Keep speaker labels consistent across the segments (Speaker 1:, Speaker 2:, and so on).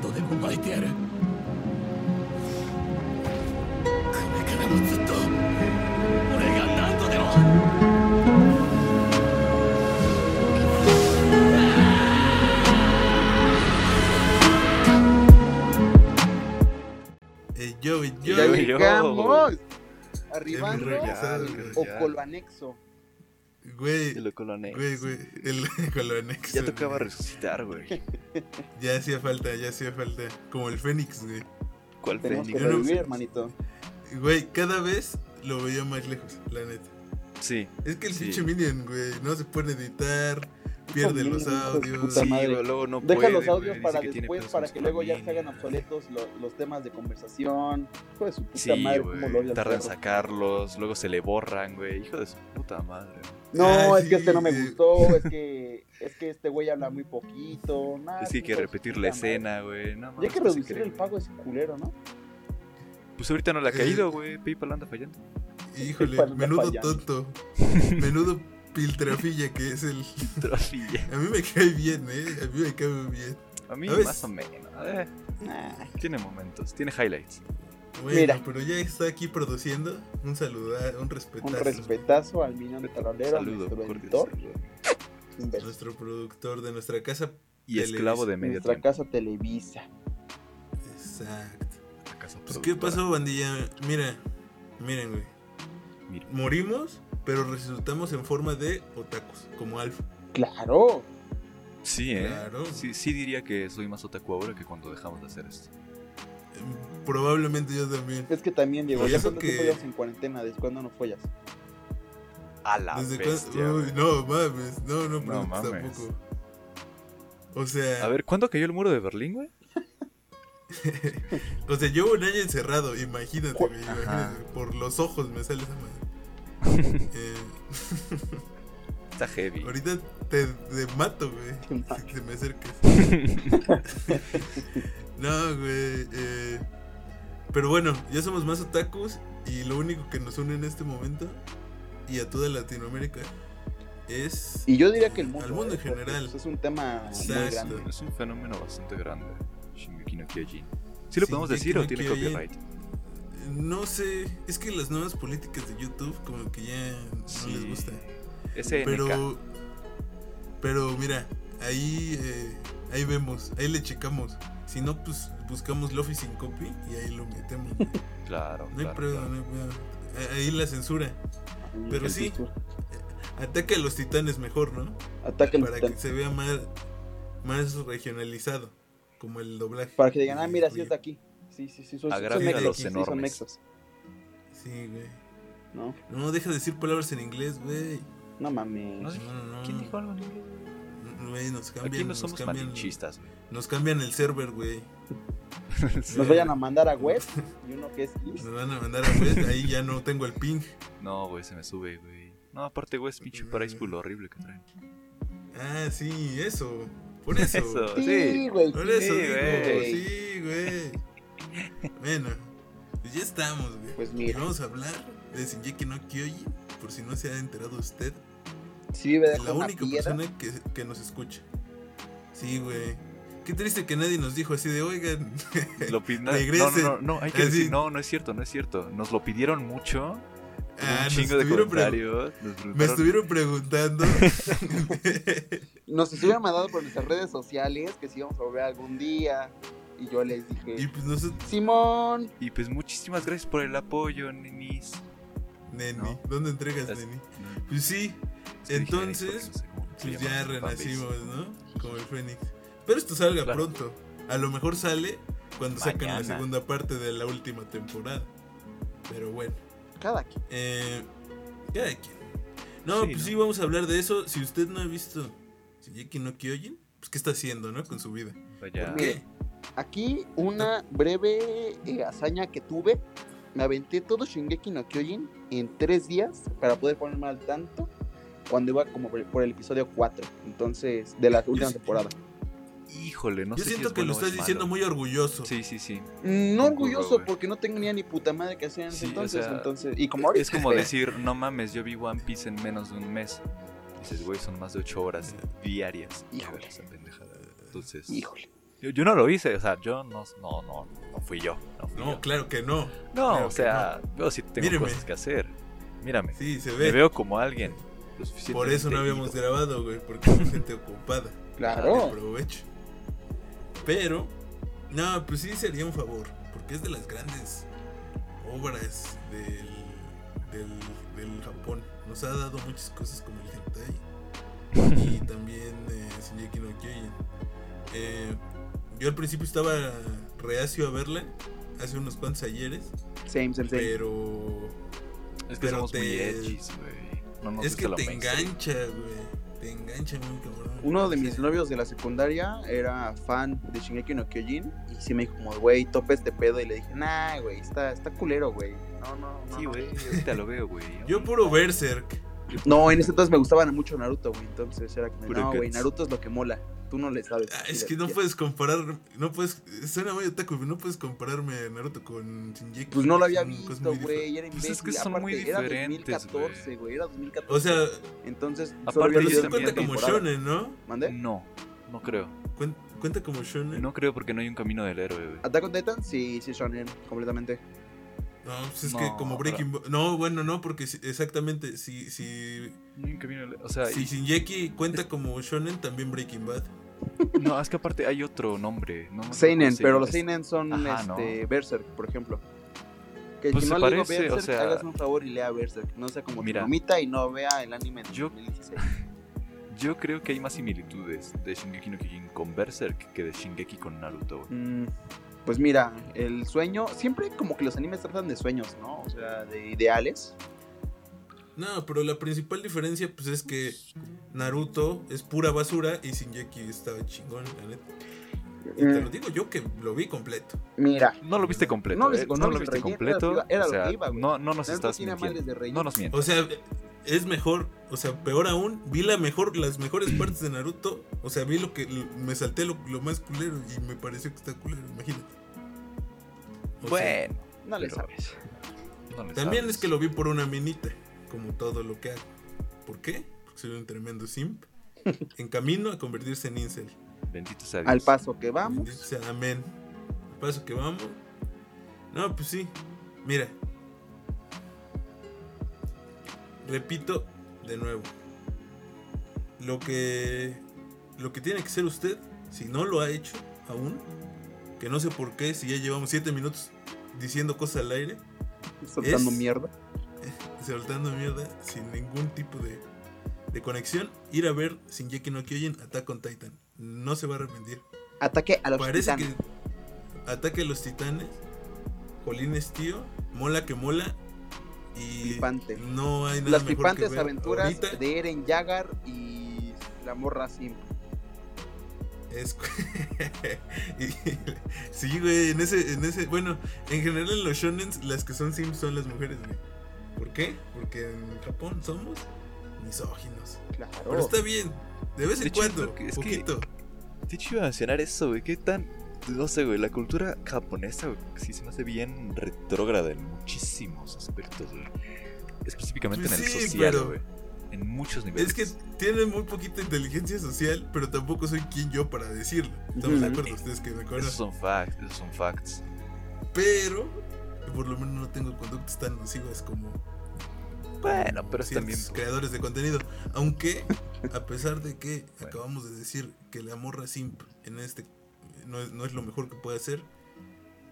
Speaker 1: 度でも巻いてやるこれからもずっと俺が何度でも
Speaker 2: Eh, yo, yo,
Speaker 3: Ya
Speaker 2: yo,
Speaker 3: llegamos.
Speaker 2: Es muy
Speaker 3: Arribando
Speaker 2: regalo,
Speaker 3: o
Speaker 2: regalo.
Speaker 3: con lo anexo.
Speaker 2: güey,
Speaker 4: Y lo coloné.
Speaker 2: güey, güey, el con lo anexo,
Speaker 4: Ya tocaba
Speaker 2: güey.
Speaker 4: resucitar, güey.
Speaker 2: Ya hacía falta, ya hacía falta. Como el Fénix, güey.
Speaker 4: ¿Cuál
Speaker 3: Tenemos que
Speaker 4: Fénix?
Speaker 2: Yo no-
Speaker 3: revivir, hermanito.
Speaker 2: Güey, cada vez lo veía más lejos, la neta.
Speaker 4: Sí.
Speaker 2: Es que el
Speaker 4: Sí.
Speaker 2: pinche Minion, güey, no se puede editar, pierde
Speaker 3: Minion,
Speaker 2: los
Speaker 3: hijo de
Speaker 2: audios.
Speaker 3: puta
Speaker 4: Sí,
Speaker 3: madre.
Speaker 4: güey, luego no
Speaker 3: Deja
Speaker 4: puede,
Speaker 3: los
Speaker 4: güey,
Speaker 3: audios
Speaker 4: dice
Speaker 3: para
Speaker 4: tiene
Speaker 3: después,
Speaker 4: pedos
Speaker 3: para
Speaker 4: con
Speaker 3: que
Speaker 4: su
Speaker 3: luego ya se
Speaker 4: familia.
Speaker 3: hagan obsoletos lo- los temas de conversación. Hijo de su puta
Speaker 4: Sí,
Speaker 3: madre, cómo lo odio
Speaker 4: güey.
Speaker 3: al
Speaker 4: Tardan en
Speaker 3: perro.
Speaker 4: sacarlos, luego se le borran, güey. Hijo de su puta madre.
Speaker 3: No,
Speaker 2: Ah,
Speaker 3: es que este no me
Speaker 2: sí.
Speaker 3: gustó, es que, es que este güey habla muy poquito. nah,
Speaker 4: Es que hay que
Speaker 3: hijo Ah, de su
Speaker 4: repetir
Speaker 3: puta
Speaker 4: la
Speaker 3: madre.
Speaker 4: escena, güey. No, pues,
Speaker 3: Ya
Speaker 4: mames,
Speaker 3: hay que
Speaker 4: no se
Speaker 3: reducir
Speaker 4: cree,
Speaker 3: el
Speaker 4: güey.
Speaker 3: pago de ese culero, ¿no?
Speaker 4: Pues ahorita no le ha caído, güey. PayPal anda fallando.
Speaker 2: Híjole,
Speaker 3: Para-
Speaker 2: menudo
Speaker 3: para allá.
Speaker 2: tonto. Menudo piltrafilla que es el.
Speaker 4: Trofilla.
Speaker 2: A mí me cae bien, eh. A mí me cae muy bien.
Speaker 4: A mí
Speaker 2: A veces-
Speaker 4: más o menos. eh,
Speaker 3: Nah,
Speaker 4: tiene momentos, tiene highlights.
Speaker 2: Bueno,
Speaker 3: Mira.
Speaker 2: pero ya está aquí produciendo. Un saludar, un
Speaker 3: un
Speaker 2: respetazo.
Speaker 3: respetazo al Minion de Tarolero,
Speaker 4: Saludo,
Speaker 3: nuestro
Speaker 4: cordial
Speaker 3: editor,
Speaker 4: saludo.
Speaker 3: imbécil.
Speaker 2: Nuestro productor de nuestra casa.
Speaker 4: Y esclavo de medio
Speaker 3: nuestra
Speaker 4: tiempo.
Speaker 3: casa Televisa.
Speaker 2: Exacto.
Speaker 4: ¿Acaso
Speaker 2: Pues, ¿qué
Speaker 4: productora?
Speaker 2: pasó, bandilla? Mira, miren, güey.
Speaker 4: Miren.
Speaker 2: Morimos, pero resucitamos en forma de otakus, como Alfa.
Speaker 3: Claro,
Speaker 4: Sí, eh.
Speaker 2: Claro.
Speaker 4: Sí, sí diría que soy más otaku ahora que cuando dejamos de hacer esto.
Speaker 2: Em, Probablemente yo también.
Speaker 3: es que también,
Speaker 2: Y
Speaker 3: Diego, ¿ya
Speaker 2: Pues eso
Speaker 3: cuándo te
Speaker 2: que-
Speaker 3: follas en cuarentena? ¿Desde cuándo no follas?
Speaker 4: A la
Speaker 2: Desde
Speaker 4: bestia,
Speaker 2: cuándo-
Speaker 4: güey.
Speaker 2: Uy, no mames, no, no, pero
Speaker 4: mames.
Speaker 2: tampoco. O sea,
Speaker 4: A ver, ¿cuándo cayó el muro de Berlín, güey?
Speaker 2: o sea, llevo un año encerrado, imagínate,
Speaker 3: Cu-
Speaker 2: güey,
Speaker 4: Ajá.
Speaker 2: imagínate, por los ojos me sale esa madre. Eh,
Speaker 4: Está heavy.
Speaker 2: ahorita te, te mato, güey.
Speaker 3: Te mato.
Speaker 2: Si te me acercas. no, güey. eh, pero bueno, ya somos más otakus y lo único que nos une en este momento y a toda Latinoamérica es...
Speaker 3: Y yo diría que el mundo.
Speaker 2: Al mundo
Speaker 3: ¿eh?
Speaker 2: en general.
Speaker 3: Porque, pues, Es un tema muy
Speaker 2: Exacto.
Speaker 3: grande.
Speaker 4: Es un fenómeno bastante grande, Shingeki no Kyojin. ¿Sí lo podemos
Speaker 2: Shingeki
Speaker 4: decir
Speaker 2: no
Speaker 4: o tiene
Speaker 2: Kyojin.
Speaker 4: copyright?
Speaker 2: No sé, es que las nuevas políticas de YouTube como que ya no les gusta.
Speaker 4: SNK.
Speaker 2: Pero, pero mira, ahí, eh, ahí vemos, ahí le checamos. Si no, pues buscamos Lofi sin copy y ahí lo metemos. No
Speaker 4: Claro,
Speaker 2: hay
Speaker 4: claro,
Speaker 2: prueba,
Speaker 4: claro.
Speaker 2: no hay prueba. A- Ahí la censura. Pero
Speaker 3: El
Speaker 2: sí.
Speaker 3: futuro.
Speaker 2: Ataque a los titanes mejor, ¿no?
Speaker 3: Ataque al
Speaker 2: Para
Speaker 3: titán.
Speaker 2: que se vea más, más regionalizado, como el doblaje.
Speaker 3: Para que digan, ah, mira, sí
Speaker 2: Oye,
Speaker 3: está aquí. Sí, sí, sí, son, son
Speaker 4: Agravian
Speaker 2: a
Speaker 3: mexas.
Speaker 2: los
Speaker 3: Sí, son
Speaker 4: enormes.
Speaker 3: mexas.
Speaker 2: Sí, güey.
Speaker 3: No,
Speaker 2: No, deja de decir palabras en inglés, güey.
Speaker 3: no mames.
Speaker 4: No sé,
Speaker 2: No, no, no.
Speaker 4: ¿Quién dijo algo? en inglés?
Speaker 2: Güey, nos cambian,
Speaker 4: Aquí no
Speaker 2: nos
Speaker 4: somos
Speaker 2: cambian-
Speaker 4: malinchistas, güey.
Speaker 2: Nos cambian el server, güey.
Speaker 3: Nos vayan a mandar a web y uno que es East.
Speaker 2: Nos van a mandar a West, ahí ya no tengo el ping.
Speaker 4: No, güey, se me sube, güey. No, aparte, güey, es pinche Paradise Pool horrible que traen.
Speaker 2: Ah, sí, eso. Por eso.
Speaker 4: Eso,
Speaker 3: Sí,
Speaker 4: sí.
Speaker 3: güey.
Speaker 2: Por
Speaker 4: Sí,
Speaker 2: eso digo,
Speaker 4: güey.
Speaker 2: sí, güey. Bueno, pues ya estamos, güey.
Speaker 3: Pues mira.
Speaker 2: Y vamos a hablar de Shinjeki no Kyoji, por si no se ha enterado usted.
Speaker 3: Si vive
Speaker 2: Es
Speaker 3: debajo de
Speaker 2: la
Speaker 3: una
Speaker 2: única
Speaker 3: piedra.
Speaker 2: persona que, que nos escucha. Sí, güey. Qué triste que nadie nos dijo así de, oigan,
Speaker 4: Lo pi- no, no,
Speaker 2: Regresen.
Speaker 4: no, no, hay que
Speaker 2: Así.
Speaker 4: decir, no, no es cierto, no es cierto. Nos lo pidieron mucho.
Speaker 2: ah,
Speaker 4: un
Speaker 2: nos
Speaker 4: chingo de
Speaker 2: estuvieron pre-
Speaker 4: comentarios. nos
Speaker 2: me
Speaker 4: preguntaron-
Speaker 2: estuvieron preguntando.
Speaker 3: Nos estuvieron mandando por nuestras redes sociales que si íbamos a volver algún día. Y yo les
Speaker 2: y
Speaker 3: dije,
Speaker 2: pues nosotros,
Speaker 3: Simón.
Speaker 4: Y pues muchísimas gracias por el apoyo, nenis.
Speaker 2: neni,
Speaker 4: No.
Speaker 2: ¿dónde entregas,
Speaker 4: Es-
Speaker 2: neni? Pues sí,
Speaker 4: Es que dije nenis porque
Speaker 2: Entonces,
Speaker 4: no sé cómo se
Speaker 2: Pues
Speaker 4: llama
Speaker 2: ya
Speaker 4: su fanbase.
Speaker 2: renacimos, ¿no? Como el Fénix. Pero esto salga
Speaker 4: Claro.
Speaker 2: pronto. A lo mejor sale cuando sacan la
Speaker 4: Mañana.
Speaker 2: segunda parte de la última temporada. Pero bueno.
Speaker 3: Cada quien.
Speaker 2: Eh, cada quien. No,
Speaker 4: Sí,
Speaker 2: pues
Speaker 4: ¿no?
Speaker 2: sí, vamos a hablar de eso. Si usted no ha visto Shigeki no Kyojin, pues ¿qué está haciendo, no? Con su vida.
Speaker 4: Vaya,
Speaker 2: ¿Por
Speaker 3: mira.
Speaker 2: qué?
Speaker 3: Aquí una breve eh, hazaña que tuve. Me aventé todo Shingeki no Kyojin en tres días para poder ponerme al tanto cuando iba como por por el episodio 4, entonces, de la última
Speaker 2: sí-
Speaker 3: temporada.
Speaker 4: híjole, no
Speaker 2: Yo
Speaker 4: sé si
Speaker 2: siento
Speaker 4: es
Speaker 2: que
Speaker 4: bueno
Speaker 2: lo
Speaker 4: o
Speaker 2: estás
Speaker 4: es
Speaker 2: diciendo
Speaker 4: malo.
Speaker 2: muy orgulloso.
Speaker 4: Sí, sí, sí.
Speaker 3: No orgulloso
Speaker 4: güey.
Speaker 3: porque no tenía ni puta madre que hacer en ese
Speaker 4: eh. Sí, o
Speaker 3: entonces,
Speaker 4: sea,
Speaker 3: entonces, y como ahorita.
Speaker 4: Es como decir, no mames, yo vi One Piece en menos de un mes.
Speaker 2: Eh.
Speaker 4: Dices, güey, son más de 8 horas diarias.
Speaker 3: Híjole.
Speaker 4: Esa pendejada. Entonces,
Speaker 3: Híjole.
Speaker 4: Yo, yo no lo hice, o sea, yo no, no, no, no fui yo. No, fui
Speaker 2: No,
Speaker 4: yo.
Speaker 2: claro que no.
Speaker 4: No,
Speaker 2: claro
Speaker 4: o
Speaker 2: que
Speaker 4: sea, yo sí tengo
Speaker 2: Míreme.
Speaker 4: cosas que hacer. Mírame,
Speaker 2: Sí, se
Speaker 4: me
Speaker 2: ve.
Speaker 4: veo como alguien. lo
Speaker 2: Por eso no
Speaker 4: suficientemente
Speaker 2: habíamos
Speaker 4: ido.
Speaker 2: grabado, güey, porque es gente ocupada.
Speaker 4: "Ah,
Speaker 3: Claro.
Speaker 2: De provecho. Pero, no, pues sí sería un favor, porque es de las grandes obras del, del, del Japón. Nos ha dado muchas cosas como el hentai y también eh, Shingeki no Kyojin. Eh, yo al principio estaba reacio a verla hace unos cuantos ayeres,
Speaker 3: Same, same, same.
Speaker 2: pero
Speaker 4: Es que
Speaker 2: Pero
Speaker 4: somos muy
Speaker 2: te-
Speaker 4: edgys, güey. No nos
Speaker 2: es
Speaker 4: gusta
Speaker 2: que
Speaker 4: la
Speaker 2: te
Speaker 4: mainstream.
Speaker 2: engancha, güey. Te engancha muy cabrón.
Speaker 3: Uno de
Speaker 2: O
Speaker 3: mis
Speaker 2: sea,
Speaker 3: novios de la secundaria era fan de Shingeki no Kyojin y sí me dijo como, güey, tope este pedo y le dije, nah, güey, está, está culero, güey. No, no, no.
Speaker 4: Sí,
Speaker 3: no".
Speaker 4: güey, ahorita lo veo, güey.
Speaker 2: Yo puro Berserk.
Speaker 3: No, en ese entonces me gustaban mucho Naruto, güey, entonces era como,
Speaker 4: Pero
Speaker 3: no,
Speaker 4: que-
Speaker 3: güey, Naruto es lo que mola, tú no le sabes.
Speaker 2: Ah,
Speaker 3: Y
Speaker 2: es
Speaker 3: le
Speaker 2: que no
Speaker 3: decía,
Speaker 2: puedes comparar, no puedes, suena muy otaku, pero no puedes compararme a Naruto con Shinji.
Speaker 3: Pues no lo había
Speaker 2: Son cosas
Speaker 3: visto,
Speaker 2: muy
Speaker 3: güey, era
Speaker 4: Pues
Speaker 3: imbécil.
Speaker 4: es que son muy
Speaker 3: aparte, era
Speaker 4: diferentes,
Speaker 3: 2014, güey, era
Speaker 2: diferentes.
Speaker 3: 2014.
Speaker 2: O sea,
Speaker 3: entonces, solo
Speaker 4: aparte
Speaker 3: había
Speaker 2: pero
Speaker 4: yo
Speaker 2: sí
Speaker 3: visto
Speaker 4: también
Speaker 2: cuenta como
Speaker 3: temporada.
Speaker 2: shonen, ¿no?
Speaker 3: ¿Mandé?
Speaker 4: No, no creo.
Speaker 2: Cuen- Cuenta como shonen. No,
Speaker 4: No creo porque no hay un camino del héroe, güey.
Speaker 3: ¿Attack on Titan? Sí, sí, shonen, completamente.
Speaker 2: pues es
Speaker 4: No,
Speaker 2: que como Breaking Bad. No, bueno, no, porque si- exactamente, si, si,
Speaker 4: No hay un camino del héroe. O sea,
Speaker 2: si Shinji cuenta como shonen, también Breaking Bad.
Speaker 4: y- no, es que aparte hay otro nombre. No me acuerdo
Speaker 3: Seinen,
Speaker 4: cómo se
Speaker 3: pero
Speaker 4: llama.
Speaker 3: los Seinen son
Speaker 4: Ajá, ¿no?
Speaker 3: este, Berserk, por ejemplo. Que
Speaker 4: Pues
Speaker 3: si
Speaker 4: se
Speaker 3: no le digo
Speaker 4: parece, o
Speaker 3: Berserk,
Speaker 4: sea-
Speaker 3: hagas un favor y lea Berserk. No sea como tu
Speaker 4: Mira.
Speaker 3: mamita y no vea el anime del
Speaker 4: Yo-
Speaker 3: 2016.
Speaker 4: Yo creo que hay más similitudes de Shingeki no Kyojin con Berserk que de Shingeki con Naruto, güey.
Speaker 3: Mm, Pues mira, el sueño. Siempre como que los animes tratan de sueños, ¿no? O sea, de ideales.
Speaker 2: No, pero la principal diferencia, pues es que Naruto es pura basura y Shinji está chingón, la neta. Y te
Speaker 3: Mm,
Speaker 2: lo digo yo que lo vi completo.
Speaker 3: Mira,
Speaker 4: No lo viste completo.
Speaker 3: No,
Speaker 4: eh,
Speaker 3: les-
Speaker 4: no,
Speaker 3: no
Speaker 4: lo
Speaker 3: les
Speaker 4: viste
Speaker 3: relleno,
Speaker 4: completo.
Speaker 3: era lo
Speaker 4: o sea,
Speaker 3: que iba, güey.
Speaker 4: no, no nos
Speaker 3: Naruto
Speaker 4: estás
Speaker 3: tiene males
Speaker 4: mintiendo.
Speaker 3: de relleno.
Speaker 4: No nos mientas.
Speaker 2: O sea, es mejor, o sea, peor aún, vi la mejor, las mejores partes de Naruto, o sea, vi lo que, me salté lo, lo más culero y me pareció que está culero, imagínate. O sea,
Speaker 4: Bueno,
Speaker 3: no le
Speaker 4: pero-
Speaker 3: sabes.
Speaker 4: no le
Speaker 2: también
Speaker 4: sabes.
Speaker 2: es que lo vi por una minita, como todo lo que hago. ¿Por qué? Porque soy un tremendo simp, en camino a convertirse en incel.
Speaker 4: Bendito sea Dios.
Speaker 3: Al paso que vamos.
Speaker 2: Bendito sea, amén. Al paso que vamos. No, pues sí. Mira. Repito de nuevo. Lo que. Lo que tiene que ser usted, si no lo ha hecho aún, que no sé por qué, si ya llevamos 7 minutos diciendo cosas al aire,
Speaker 3: Soltando
Speaker 2: es-
Speaker 3: mierda.
Speaker 2: soltando mierda, sin ningún tipo de, de conexión, ir a ver Shinjeki no Kyojin Attack on Titan. No se va a arrepentir.
Speaker 3: Ataque a los
Speaker 2: Parece
Speaker 3: titanes.
Speaker 2: que ataque a los titanes. Jolines, tío. Mola que mola. Y
Speaker 3: Flipante.
Speaker 2: no hay nada mejor
Speaker 3: Las
Speaker 2: que
Speaker 3: flipantes
Speaker 2: ver
Speaker 3: aventuras
Speaker 2: ahorita.
Speaker 3: de Eren Jagar y la morra simp.
Speaker 2: Es- Y- sí, güey, en ese, en ese, bueno, en general en los shonens las que son sims son las mujeres, güey. ¿Por qué? Porque en Japón somos misóginos.
Speaker 3: Claro.
Speaker 2: Pero está bien, de vez en
Speaker 4: De hecho, es
Speaker 2: cuando,
Speaker 4: lo que- es que-
Speaker 2: poquito.
Speaker 4: De hecho, iba a mencionar eso, güey. ¿Qué tan.? No sé, güey. La cultura japonesa, güey, sí se me hace bien retrógrada en muchísimos aspectos, güey. Específicamente
Speaker 2: Pues
Speaker 4: en el
Speaker 2: sí,
Speaker 4: social,
Speaker 2: pero-
Speaker 4: güey. En muchos niveles.
Speaker 2: Es que tienen muy poquita inteligencia social, pero tampoco soy quien yo para decirlo. Estamos de
Speaker 3: Ujú.
Speaker 2: acuerdo ustedes que me conocen.
Speaker 4: Esos son facts, esos son facts.
Speaker 2: Pero por lo menos no tengo conductas tan nocivas como.
Speaker 4: Bueno,
Speaker 2: como
Speaker 4: pero es también.
Speaker 2: ciertos creadores de contenido. Aunque, a pesar de que
Speaker 4: Bueno.
Speaker 2: acabamos de decir que la morra simp en este no es, no es lo mejor que puede hacer,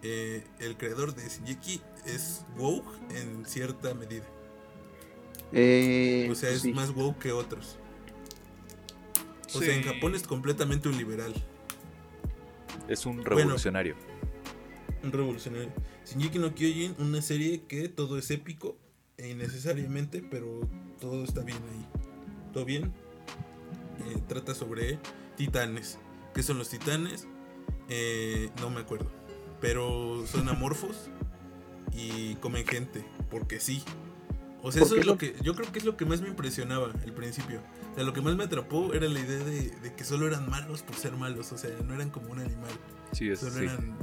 Speaker 2: eh, el creador de Shinjeki es woke en cierta medida.
Speaker 3: Eh,
Speaker 2: O sea, es
Speaker 3: sí.
Speaker 2: más woke que otros. O sea, en
Speaker 4: Sí.
Speaker 2: Japón es completamente un liberal,
Speaker 4: Es un
Speaker 2: Bueno.
Speaker 4: revolucionario.
Speaker 2: un revolucionario. Shinjeki no Kyojin, una serie que todo es épico e innecesariamente, pero todo está bien ahí. Todo bien. Eh, trata sobre titanes. ¿Qué son los titanes? Eh, no me acuerdo. Pero son amorfos y comen gente, porque sí. O sea,
Speaker 3: ¿Por
Speaker 2: eso
Speaker 3: qué
Speaker 2: es lo
Speaker 3: no?
Speaker 2: que yo creo que es lo que más me impresionaba al principio. O sea, lo que más me atrapó era la idea de, de que solo eran malos por ser malos, o sea, no eran como un animal.
Speaker 4: Sí, es,
Speaker 2: Solo
Speaker 4: sí.
Speaker 2: eran.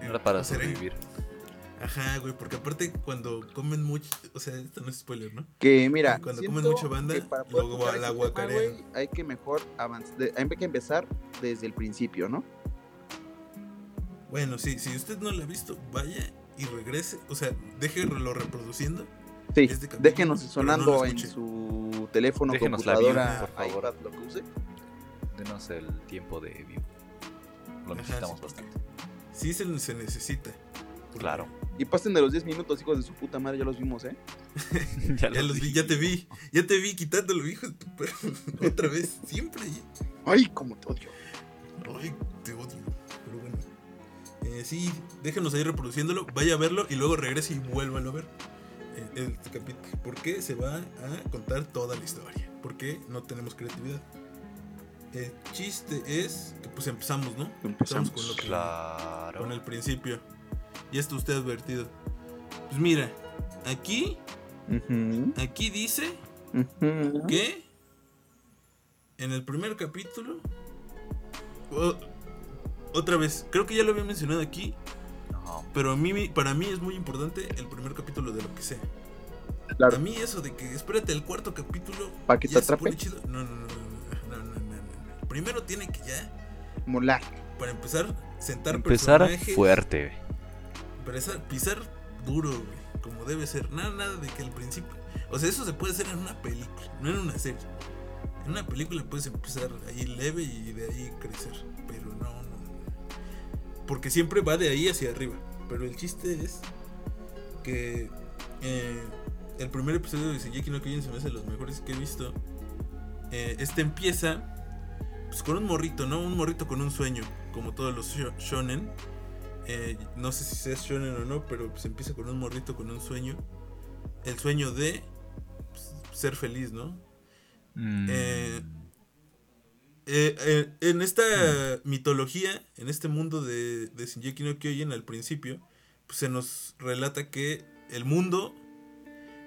Speaker 4: No era para
Speaker 2: o sea, eran-
Speaker 4: sobrevivir.
Speaker 2: Ajá, güey, porque aparte cuando comen mucho, o sea, esto no es spoiler, ¿no?
Speaker 3: Que mira,
Speaker 2: Cuando
Speaker 3: siento
Speaker 2: comen mucha banda,
Speaker 3: que para poder
Speaker 2: luego
Speaker 3: tocar
Speaker 2: la
Speaker 3: ese tema,
Speaker 2: guacarean.
Speaker 3: güey, Hay que mejor avanzar, hay que empezar desde el principio, ¿no?
Speaker 2: Bueno, sí, si usted no la ha visto, vaya y regrese, o sea, déjelo reproduciendo.
Speaker 3: Sí,
Speaker 2: Este capítulo,
Speaker 3: déjenos
Speaker 2: pero
Speaker 3: sonando
Speaker 2: no lo
Speaker 3: en
Speaker 2: escuche.
Speaker 3: su teléfono,
Speaker 4: Déjenos la
Speaker 3: computadora,
Speaker 4: view, por favor.
Speaker 3: iPad, lo que use.
Speaker 4: Denos el tiempo de view. Lo
Speaker 2: Ajá,
Speaker 4: necesitamos
Speaker 2: sí,
Speaker 4: bastante.
Speaker 2: porque Sí se, se necesita. Porque
Speaker 4: Claro.
Speaker 3: Y pasen de los 10 minutos, hijos de su puta madre, ya los vimos, ¿eh?
Speaker 2: Ya los vi, ya te vi, ya te vi quitándolo, hijo de tu perro. Otra vez, siempre.
Speaker 3: Ay, como te odio.
Speaker 2: Ay, te odio. Pero bueno. Eh, sí, déjenos ahí reproduciéndolo. Vaya a verlo y luego regrese y vuélvalo a ver. eh, el capítulo. Porque se va a contar toda la historia. Porque no tenemos creatividad. El chiste es que pues empezamos, ¿no?
Speaker 3: Empezamos.
Speaker 2: con lo que-
Speaker 4: Claro.
Speaker 2: con el principio. Y esto usted advertido. Pues mira, aquí,
Speaker 3: Ujú,
Speaker 2: aquí dice
Speaker 3: ujú.
Speaker 2: que en el primer capítulo o- otra vez creo que ya lo había mencionado aquí
Speaker 4: Ajá.
Speaker 2: pero a mí para mí es muy importante el primer capítulo de lo que sea
Speaker 3: Claro.
Speaker 2: a mí eso de que espérate el cuarto capítulo
Speaker 3: ¿Pa' que
Speaker 2: ya
Speaker 3: te
Speaker 2: se
Speaker 3: atrape?
Speaker 2: pone chido. no no no no no, no, no, no, no, no. primero tiene que ya
Speaker 3: Molar.
Speaker 2: para empezar sentar
Speaker 4: Empezar
Speaker 2: personajes
Speaker 4: fuerte.
Speaker 2: Empezar- pisar duro güey, como debe ser nada nada de que al principio o sea eso se puede hacer en una película no en una serie En una película puedes empezar ahí leve y de ahí crecer. Pero no, no, no. Porque siempre va de ahí hacia arriba. Pero el chiste es que eh, el primer episodio de Shingeki no Kyojin se me hace de los mejores que he visto. Eh, este empieza pues, con un morrito, ¿no? Un morrito con un sueño, como todos los sho- shonen. Eh, no sé si sea shonen o no, pero pues empieza con un morrito con un sueño. El sueño de pues, ser feliz, ¿no?
Speaker 4: Mm.
Speaker 2: Eh, Eh, eh, en esta mitología, en este mundo de, de Shinji no Kyojin al principio, pues se nos relata que el mundo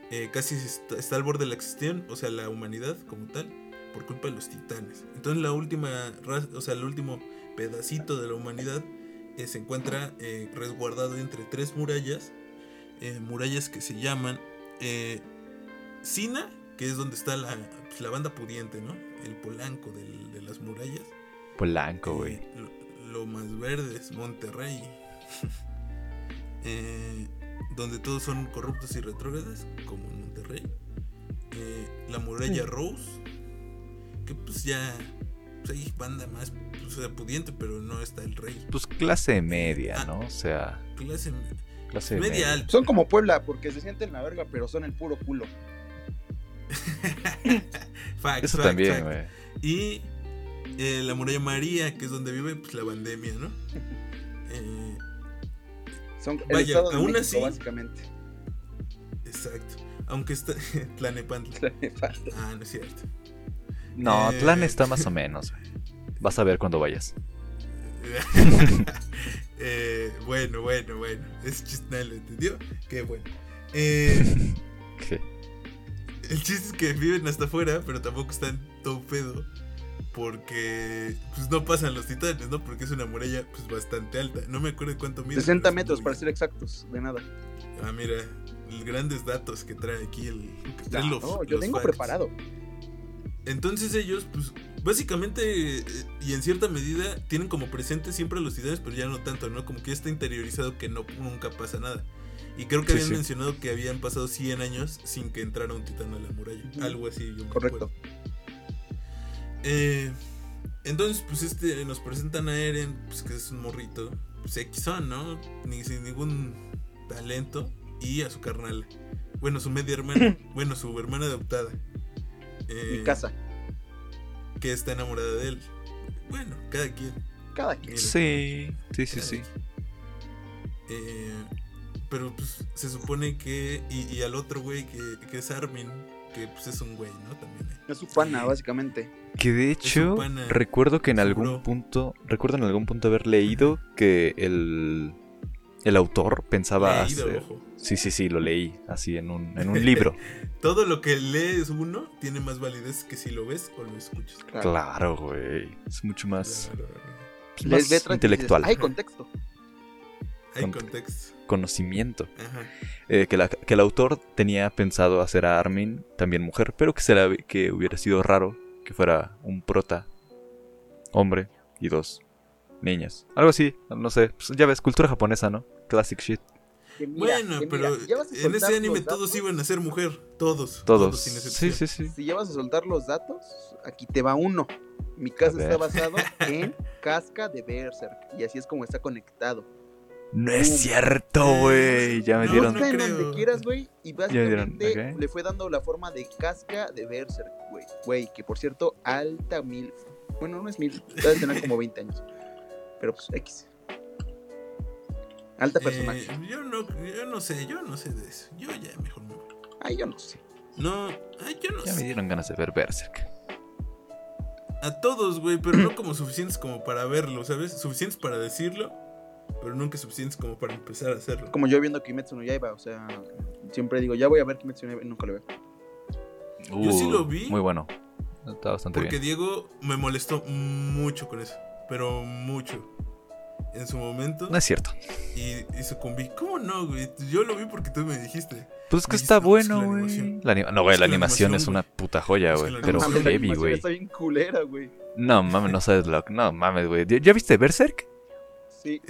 Speaker 2: eh, casi se está, está al borde de la extinción, o sea, la humanidad como tal, por culpa de los titanes. Entonces la última, raz- o sea, el último pedacito de la humanidad eh, se encuentra eh, resguardado entre tres murallas, eh, murallas que se llaman eh, Sina, que es donde está la, pues, la banda pudiente, ¿no? El polanco del- de las murallas.
Speaker 4: Polanco, güey.
Speaker 2: Eh, lo, lo más verdes, Monterrey. Eh, donde todos son corruptos y retrógradas, como en Monterrey. Eh, la muralla Rose, que pues ya pues, hay banda más pues, o sea, pudiente, pero no está el rey.
Speaker 4: Pues clase media,
Speaker 2: Ah.
Speaker 4: ¿no? O sea,
Speaker 2: Clase me-
Speaker 4: clase
Speaker 2: media alta.
Speaker 3: Son como Puebla, porque se sienten la verga, pero son el puro culo.
Speaker 2: Fact,
Speaker 4: Eso
Speaker 2: fact, fact.
Speaker 4: también, güey.
Speaker 2: Y eh, la muralla María, que es donde vive pues, la pandemia, ¿no? Eh,
Speaker 3: Son el
Speaker 2: Vaya,
Speaker 3: estado de
Speaker 2: aún
Speaker 3: México,
Speaker 2: así-
Speaker 3: básicamente.
Speaker 2: exacto. Aunque está Tlanepantla. Ah, no es cierto.
Speaker 4: No,
Speaker 2: Eh,
Speaker 4: Tlan está más o menos, güey. Vas a ver cuando vayas.
Speaker 2: Eh, bueno, bueno, bueno. Ese chiste nadie lo entendió. Qué bueno. Eh,
Speaker 4: ¿Qué?
Speaker 2: el chiste es que viven hasta afuera, pero tampoco están todo pedo. Porque pues no pasan los titanes, ¿no? Porque es una muralla pues bastante alta. No me acuerdo cuánto mide. pero
Speaker 3: 60
Speaker 2: es
Speaker 3: metros,
Speaker 2: muy-
Speaker 3: para ser exactos, de nada.
Speaker 2: Ah, mira. los Grandes datos que trae aquí el. que trae
Speaker 3: No,
Speaker 2: los-
Speaker 3: yo
Speaker 2: los
Speaker 3: tengo
Speaker 2: facts.
Speaker 3: preparado.
Speaker 2: Entonces ellos, pues, básicamente eh, y en cierta medida tienen como presente siempre a los titanes, pero ya no tanto, ¿no? Como que ya está interiorizado que no, nunca pasa nada. Y creo que
Speaker 4: Sí,
Speaker 2: habían
Speaker 4: sí.
Speaker 2: mencionado que habían pasado 100 años sin que entrara un titán a la muralla.
Speaker 3: Ujú.
Speaker 2: Algo así, yo me
Speaker 3: Correcto.
Speaker 2: acuerdo. Eh, entonces, pues, este, nos presentan a Eren, pues, que es un morrito, pues, X-Son, ¿no? Ni, sin ningún talento. Y a su carnal. Bueno, su media hermana. bueno, su hermana adoptada.
Speaker 3: Mi
Speaker 2: Eh,
Speaker 3: casa,
Speaker 2: que está enamorada de él. Bueno, cada quien.
Speaker 3: cada quien.
Speaker 2: mira,
Speaker 4: Sí, sí, sí,
Speaker 2: cada
Speaker 4: sí.
Speaker 2: quien. Eh, pero pues se supone que. Y, y al otro güey que, que es Armin, que pues es un güey, ¿no? También. eh.
Speaker 3: Es su pana, básicamente.
Speaker 4: Que de
Speaker 2: un eh,
Speaker 4: hecho,
Speaker 2: pana,
Speaker 4: recuerdo que en
Speaker 2: es un
Speaker 4: algún
Speaker 2: bro.
Speaker 4: punto, recuerdo en algún punto haber leído que el, el autor pensaba
Speaker 2: Leído,
Speaker 4: hacer...
Speaker 2: ojo.
Speaker 4: Sí, sí, sí, lo leí así en un, en un libro.
Speaker 2: Todo lo que lees uno tiene más validez que si lo ves o lo escuchas.
Speaker 4: Ah,
Speaker 3: Claro.
Speaker 4: claro, güey. Es mucho más,
Speaker 2: Claro.
Speaker 4: más
Speaker 3: letras y dices,
Speaker 4: intelectual.
Speaker 3: Hay contexto.
Speaker 2: Hay
Speaker 4: Con-
Speaker 2: contexto.
Speaker 4: conocimiento.
Speaker 2: Ajá.
Speaker 4: eh, que, la- que el autor tenía pensado hacer a Armin también mujer, pero que, se la, que hubiera sido raro que fuera un prota, hombre y dos niñas. Algo así, no sé. pues ya ves, cultura japonesa, ¿no? Classic shit.
Speaker 3: Que mira,
Speaker 2: Bueno,
Speaker 3: que
Speaker 2: pero
Speaker 3: mira, ya vas a
Speaker 2: en
Speaker 3: soltar
Speaker 2: ese anime
Speaker 3: los
Speaker 2: todos
Speaker 3: datos.
Speaker 2: iban a ser mujer. Todos.
Speaker 4: Todos.
Speaker 2: sin
Speaker 4: Sí,
Speaker 2: excepción.
Speaker 4: sí, sí.
Speaker 3: Si ya vas a soltar los datos, aquí te va uno. Mi casa
Speaker 4: A ver.
Speaker 3: está basado en Casca de Berserk y así es como está conectado.
Speaker 4: No es cierto, güey. Ya me
Speaker 2: No,
Speaker 4: dieron.
Speaker 2: no.
Speaker 3: Busca en
Speaker 2: creo.
Speaker 3: donde quieras, güey, y
Speaker 4: dieron,
Speaker 3: básicamente
Speaker 4: ok.
Speaker 3: le fue dando la forma de Casca de Berserk, güey. Güey, que por cierto, alta mil. Bueno, no es mil, debe tener como 20 años. Pero pues, X. Alta Este personaje.
Speaker 2: Eh, yo, no, yo no sé, yo no sé de eso. Yo ya mejor no.
Speaker 3: Ay, yo no sé.
Speaker 2: No, ay, yo no
Speaker 4: Ya me
Speaker 2: sé.
Speaker 4: dieron ganas de ver Berserk.
Speaker 2: A todos, güey, pero no como suficientes como para verlo, ¿sabes? Suficientes para decirlo, pero nunca suficientes como para empezar a hacerlo.
Speaker 3: Como yo viendo Kimetsu no Yaiba, o sea, siempre digo, ya voy a ver Kimetsu no Yaiba, y nunca lo veo.
Speaker 2: Yo sí lo vi.
Speaker 4: Muy bueno. Está bastante
Speaker 2: Porque
Speaker 4: bien.
Speaker 2: Diego me molestó mucho con eso, pero mucho. En su momento
Speaker 4: No es cierto.
Speaker 2: y, y sucumbí. ¿Cómo no, güey? Yo lo vi porque tú me dijiste.
Speaker 4: Pues es que
Speaker 2: Dijiste,
Speaker 4: está
Speaker 2: no, pues que
Speaker 4: bueno,
Speaker 2: la
Speaker 4: güey.
Speaker 2: animación.
Speaker 4: La anima- No, güey,
Speaker 2: Es
Speaker 4: la
Speaker 2: que la
Speaker 4: animación es
Speaker 2: animación,
Speaker 4: una
Speaker 2: güey.
Speaker 4: puta
Speaker 2: Es
Speaker 4: joya,
Speaker 2: que
Speaker 4: güey.
Speaker 2: la
Speaker 4: Pero
Speaker 2: animación-
Speaker 3: Mames, la
Speaker 4: heavy,
Speaker 3: animación
Speaker 4: güey.
Speaker 3: Está bien culera, güey.
Speaker 4: No mames, no sabes lo. No mames, güey. ¿Ya- ¿Ya viste Berserk?
Speaker 3: Sí.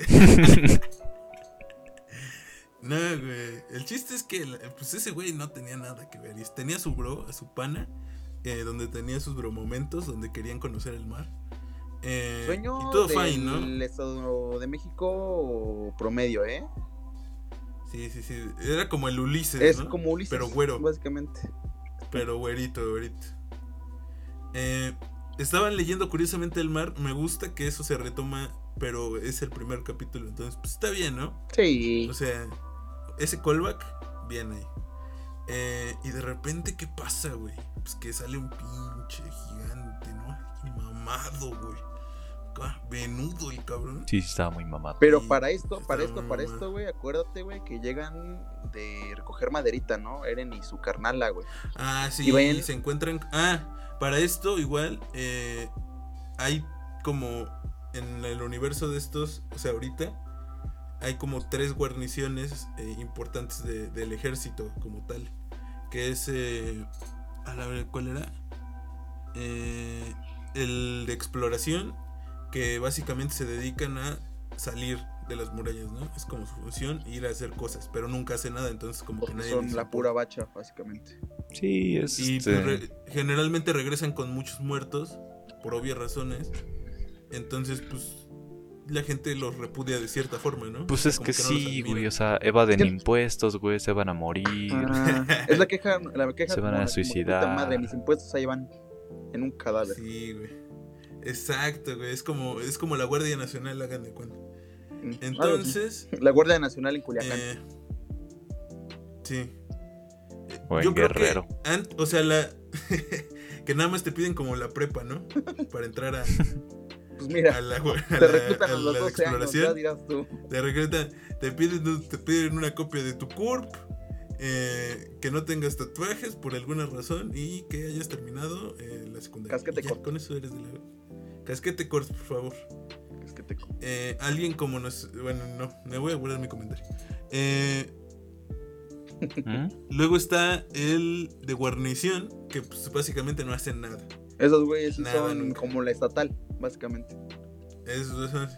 Speaker 2: No, güey. El chiste es que la- pues ese güey no tenía nada que ver. y Tenía su bro, a su pana, eh, donde tenía sus bro momentos, donde querían conocer el mar. Eh,
Speaker 3: Sueño
Speaker 2: y todo
Speaker 3: del
Speaker 2: fine, ¿no?
Speaker 3: Estado de México promedio, ¿eh?
Speaker 2: Sí, sí, sí. Era como el Ulises.
Speaker 3: es
Speaker 2: ¿no?
Speaker 3: como Ulises,
Speaker 2: Pero güero.
Speaker 3: básicamente.
Speaker 2: Pero güerito, güerito. Eh, estaban leyendo curiosamente el mar. Me gusta que eso se retoma, pero es el primer capítulo. Entonces, pues está bien, ¿no?
Speaker 3: Sí.
Speaker 2: O sea, ese callback, bien ahí. Eh, y de repente, ¿qué pasa, güey? Pues que sale un pinche gigante, ¿no? Y mamado, güey. Acá, Venudo el cabrón.
Speaker 4: Sí, sí, estaba muy mamado.
Speaker 3: Pero
Speaker 2: Y
Speaker 3: para esto, para
Speaker 2: está
Speaker 3: esto, para
Speaker 2: mamá.
Speaker 3: esto, güey, acuérdate, güey, que llegan de recoger maderita, ¿no? Eren y su carnala, güey.
Speaker 2: Ah, sí,
Speaker 3: Y vayan-
Speaker 2: se encuentran. Ah, para esto igual eh, hay como en el universo de estos, o sea, ahorita hay como tres guarniciones eh, importantes de- del ejército como tal, que es eh, a la ver, ¿cuál era? Eh, el de exploración que básicamente se dedican a salir de las murallas, ¿no? Es como su función ir a hacer cosas, pero nunca hace nada, entonces como que
Speaker 3: Porque
Speaker 2: nadie
Speaker 3: son
Speaker 2: les
Speaker 3: la
Speaker 2: importa.
Speaker 3: pura bacha, básicamente.
Speaker 4: Sí, es.
Speaker 2: Y
Speaker 4: este,
Speaker 2: pues, re- generalmente regresan con muchos muertos, por obvias razones. Entonces, pues, la gente los repudia de cierta forma, ¿no?
Speaker 4: Pues es
Speaker 2: Como
Speaker 4: que
Speaker 2: no los
Speaker 4: sí,
Speaker 2: admira.
Speaker 4: güey. O sea, evaden
Speaker 3: Es que-
Speaker 4: impuestos, güey. Se van a morir.
Speaker 3: es la queja, la queja.
Speaker 4: Se van a
Speaker 3: como- como,
Speaker 4: suicidar.
Speaker 3: Puta madre, mis impuestos ahí van en un cadáver.
Speaker 2: Sí, güey. Exacto, güey. Es como, es como la Guardia Nacional, hagan de cuenta.
Speaker 3: Mm, algo así.
Speaker 2: Entonces,
Speaker 3: La Guardia Nacional en Culiacán.
Speaker 2: eh, sí. Eh, creo
Speaker 4: Buen
Speaker 2: que
Speaker 4: guerrero.
Speaker 2: an- o sea, la. que nada más te piden como la prepa, ¿no? Para entrar a,
Speaker 3: pues mira,
Speaker 2: a la, a la-
Speaker 3: te reclutan a,
Speaker 2: a
Speaker 3: los
Speaker 2: la
Speaker 3: 12 años, ya dirás tú.
Speaker 2: Te regresan, te piden, te piden una copia de tu CURP, eh, que no tengas tatuajes por alguna razón y que hayas terminado eh, la secundaria.
Speaker 3: Casquete
Speaker 2: Y ya,
Speaker 3: corto.
Speaker 2: Con eso eres de la... Casquete corto, por favor.
Speaker 3: Es que te
Speaker 2: Eh, alguien como nos... Bueno, no, me voy a guardar mi comentario. Eh,
Speaker 4: ¿Mm?
Speaker 2: luego está el de guarnición, que pues, básicamente no hacen nada.
Speaker 3: Esos güeyes sí
Speaker 2: Nada,
Speaker 3: son
Speaker 2: nunca.
Speaker 3: como la estatal, básicamente.
Speaker 2: Esos son...